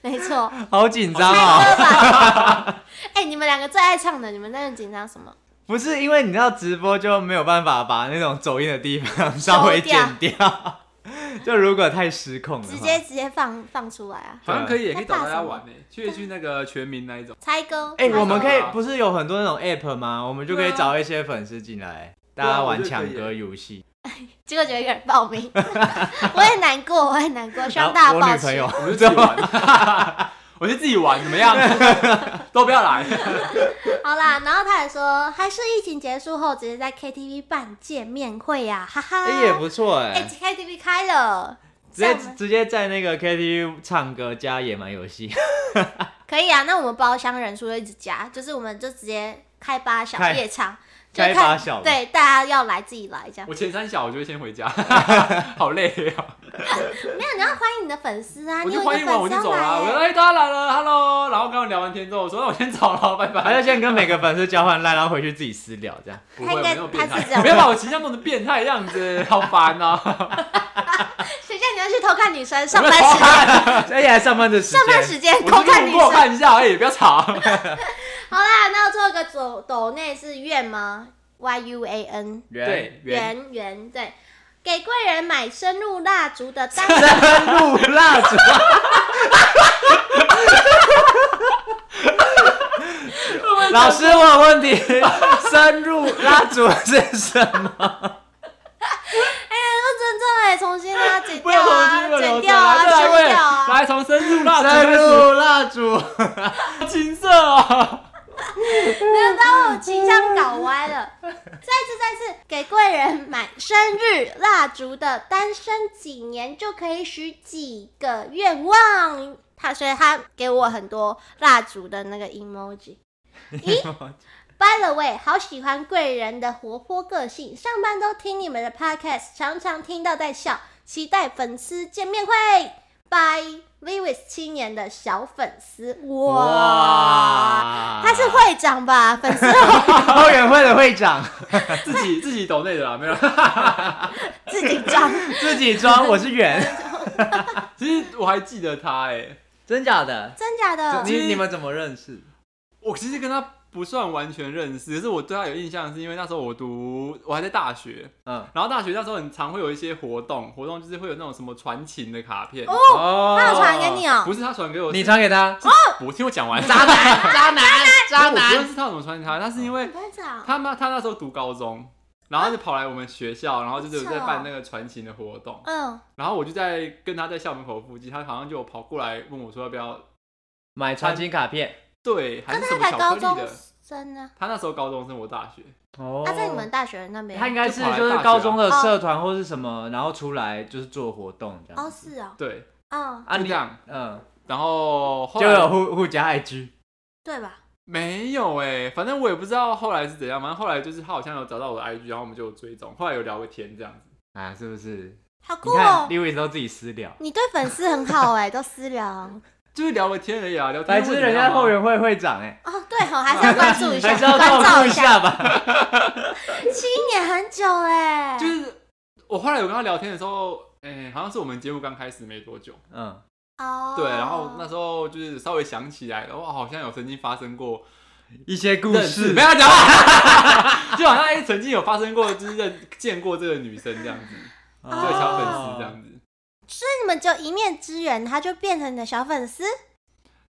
A: 没错，
B: 好紧张
A: 猜
B: 哦！
A: 歌吧。 哎、你们两个最爱唱的，你们在那紧张什么？
B: 不是因为你知道直播就没有办法把那种走音的地方稍微剪掉， 就如果太失控的话
A: 直接直接放放出来啊！
C: 好像可以，也可以找大家玩呢，去去那个全民那一种，
A: 猜歌，
B: 哎、
A: 猜歌
B: 我们可以不是有很多那种 app 吗？我们就可以
A: 对啊
B: 找一些粉丝进来，大
C: 对啊
B: 家
C: 我觉
B: 玩
C: 得可
B: 抢
C: 以
B: 歌游戏。
A: 结果就有一个人报 名，我也难过，我也难过，希望
B: 然后
A: 大家
B: 我
A: 抱
B: 女朋
A: 歉。
B: 友
C: 我们就自己玩，我就自己玩，怎么样？ 都不要来。
A: 好啦，然后他还说，还是疫情结束后直接在 KTV 办见面会呀、哈哈。
B: 哎、也不错哎、
A: 哎、KTV 开了，
B: 直接
A: 这样吗
B: 直接在那个 KTV 唱歌加野蛮游戏，
A: 可以啊。那我们包厢人数就一直加，就是我们就直接开八小
B: 开
A: 夜场，就
B: 开
A: 看
B: 发小嘛
A: 对大家要来自己来这样。
C: 我前三小我就会先 回家，好累啊！
A: 没有，你要欢迎你的粉丝啊，
C: 我
A: 你有
C: 就
A: 一个粉
C: 欢迎
A: 丝
C: 完我就
A: 要
C: 走了。我
A: 来
C: 说
A: 欸。
C: 哎，大家来了，Hello。然后跟他们聊完天之后，我说那我先走了，拜
B: 还要
C: 拜。
B: 先跟每个粉丝交换赖，然后回去自己私聊 这样。
C: 不会，我没有变
A: 他是这样
C: 态，不要把我形象弄成变态的样子， 好烦啊！
A: 谁叫你要去偷看女生 上班时间？
B: 而且哎还上班的时
A: 上班
B: 间，
A: 时间
C: 我
A: 偷看
C: 路
A: 女
C: 过
A: 生。
C: 看一下，哎，不要 吵。
A: 好啦，那最后一个抖抖内是愿吗？Y U A N
B: 对，
C: 对，圆
A: 圆圆对，给贵人买生入蜡烛的 单哎
B: 路蜡烛，啊 老师，我有问题，深入蜡烛是什么？
A: 哎，说真正哎，重新啊，剪
C: 不要
A: 掉
C: 重
A: 啊，
C: 新
A: 剪
C: 流
A: 掉
C: 程
A: 啊，
C: 来再
A: 修掉
C: 来位，
A: 啊。
C: 来从深入蜡烛
B: 深
C: 开始，
B: 入蜡 烛，
C: 金色哦，
A: 别把我形象搞歪了。再次再次，给贵人买生日蜡烛的单身几年就可以许几个愿望。他所以他给我很多蜡烛的那个 emoji。By the way，好喜欢贵人的活泼个性，上班都听你们的 podcast，常常听到在笑，期待粉丝见面会。By Lewis 七年的小粉丝，哇
B: 哇
A: 他是会长吧？粉丝会
B: 后援会的会长，
C: 自己自己抖内的啦，没 有。
A: 自己装，
B: 自己装，我是圆，
C: 其实我还记得他哎，
B: 真假的？嗯
A: 真假的？
B: 你你们怎么认识？
C: 我其实跟他不算完全认识，可是我对他有印象，是因为那时候我读我还在大学，
B: 嗯，
C: 然后大学那时候很常会有一些活动，活动就是会有那种什么传情的卡片，
B: 哦
A: 他有传给你哦、
C: 不是他传给我，
B: 你传给他？
C: 是我听我讲完，
B: 渣男， 渣男，渣
C: 我不
B: 男
C: 认。识他怎么传给他，但哦是因为
A: 班长，
C: 他妈他那时候读高中。然后他就跑来我们学校，然后就是有在
A: 是哦
C: 办那个传情的活
B: 哦
C: 动，
A: 嗯，
C: 然后我就在跟他在校门口附近，他好像就有跑过来问我说要不要
B: 买传情卡片
C: 对还
A: 可
C: 是什
A: 是他
C: 么
A: 才高
C: 巧克力
A: 中
C: 的。
A: 生呢、
C: 他那时候高中生，我大学，
B: 哦
A: 他在你们大学那边？
B: 他应该是
C: 就跑来
B: 就是
C: 大学啊
B: 高中
A: 哦
B: 的社团或是什么，然后出来就是做活动这
A: 哦，
B: 样。
A: 是哦，
C: 对，
A: 嗯，
B: 啊，
C: 就
B: 你
C: 这样。
B: 嗯，
C: 然后后
B: 就
C: 来
B: 有互互加 IG，
A: 对吧？
C: 没有哎、反正我也不知道后来是怎样。反正后来就是他好像有找到我的 IG，然后我们就有追踪，后来有聊个天这样子。
B: 啊，是不是？
A: 好
B: 你
A: 酷
B: 看
A: 哦、
B: ，Lewis 都自己私聊，
A: 你对粉丝很好哎、 都私聊哦，
C: 就是聊个天而已啊，聊天
B: 白
C: 会怎
B: 痴，
C: 样啊。
B: 人家后援会会长哎，
A: 哦对哦，还是要关注一
B: 还
A: 下，
B: 是要
A: 关
B: 照
A: 照
B: 顾一
A: 下。
B: 下吧。
A: 七年很久哎、
C: 就是我后来有跟他聊天的时候，哎、好像是我们节目刚开始没多久，
B: 嗯，
A: 哦，
C: 对，然后那时候就是稍微想起来，然后好像有曾经发生过
B: 一些故
C: 认识，
B: 事
C: 没，有讲话， 就好像哎、曾经有发生过，就是认见过这个女生这样子，
B: 这
C: 这个小粉丝这样子。
A: 那你们只有一面之缘，他就变成你的小粉丝？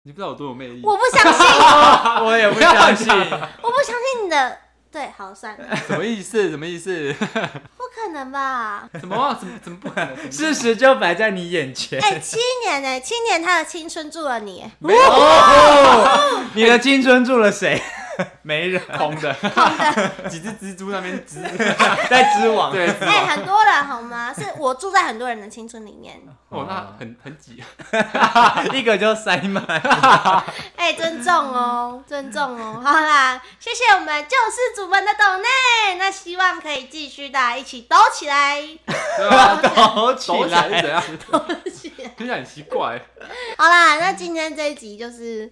C: 你不知道我多有魅力，
A: 我不相信，
B: 子，啊我也不相信
C: 不。要讲
A: 我不相信你的。对，好算了，
C: 什么意思？什么意思？
A: 不可能吧？
C: 怎么啊？怎么怎么不可能？
B: 事实就摆在你眼前。
A: 哎、七年呢、七年他的青春住了你、
C: 没有
B: 哦，你的青春住了谁？ 没人，
C: 空的，
A: 空的，
C: 几只蜘蛛那边蜘，
B: 在织网。
C: 对，
A: 哎、很多人好吗？是我住在很多人的青春里面，
C: 哦，那很很挤，
B: 一个就塞满。
A: 哎、尊重哦，尊重哦， 好啦，谢谢我们救世主们的抖内，那希望可以继续大家一起抖起来，
C: 对吧？
B: 抖啊 起
C: 抖起来是
B: 来，
C: 怎样？
A: 抖起来。
C: 听起来很奇怪。
A: 好啦，那今天这一集就是，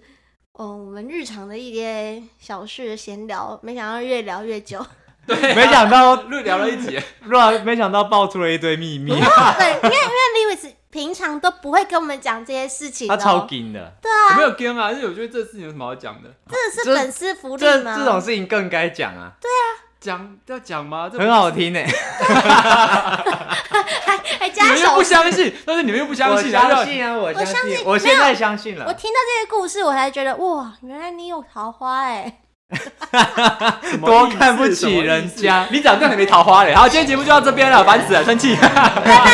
A: 嗯、我们日常的一些小事闲聊，没想到越聊越久，
C: 对，
B: 没想到，
C: 又聊了一集，
B: 乱没想到爆出了一堆秘密，
A: 对，因为因为 Lewis 平常都不会跟我们讲这些事情的
B: 他
A: 哦、
B: 超紧的。
C: 我没有跟啊，因为我觉得这事情有什么好讲的？
A: 这
B: 这
A: 是粉丝福利
B: 这
A: 吗？
B: 这种事情更该讲啊，
C: 讲要讲吗？这不
B: 很好听呢。欸
A: 还还
C: 你
A: 哎加
C: 们又
A: 手
C: 不相信，但是你们又不相信，然后
B: 相信啊，我
A: 相
B: 相
A: 信
B: 信，我现在相信
A: 我
B: 了。
A: 听到这些故事，我才觉得哇，原来你有桃花哎、
C: 什么
B: 多
C: 意思
B: 看不起人家
C: 什么意思你长这样还没桃花嘞。好，今天节目就到这边了，烦死了，生气。
A: 谢谢大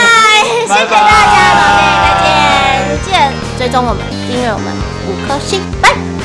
A: 家，老妹再见，见追踪我们，订阅我们，五颗星，拜。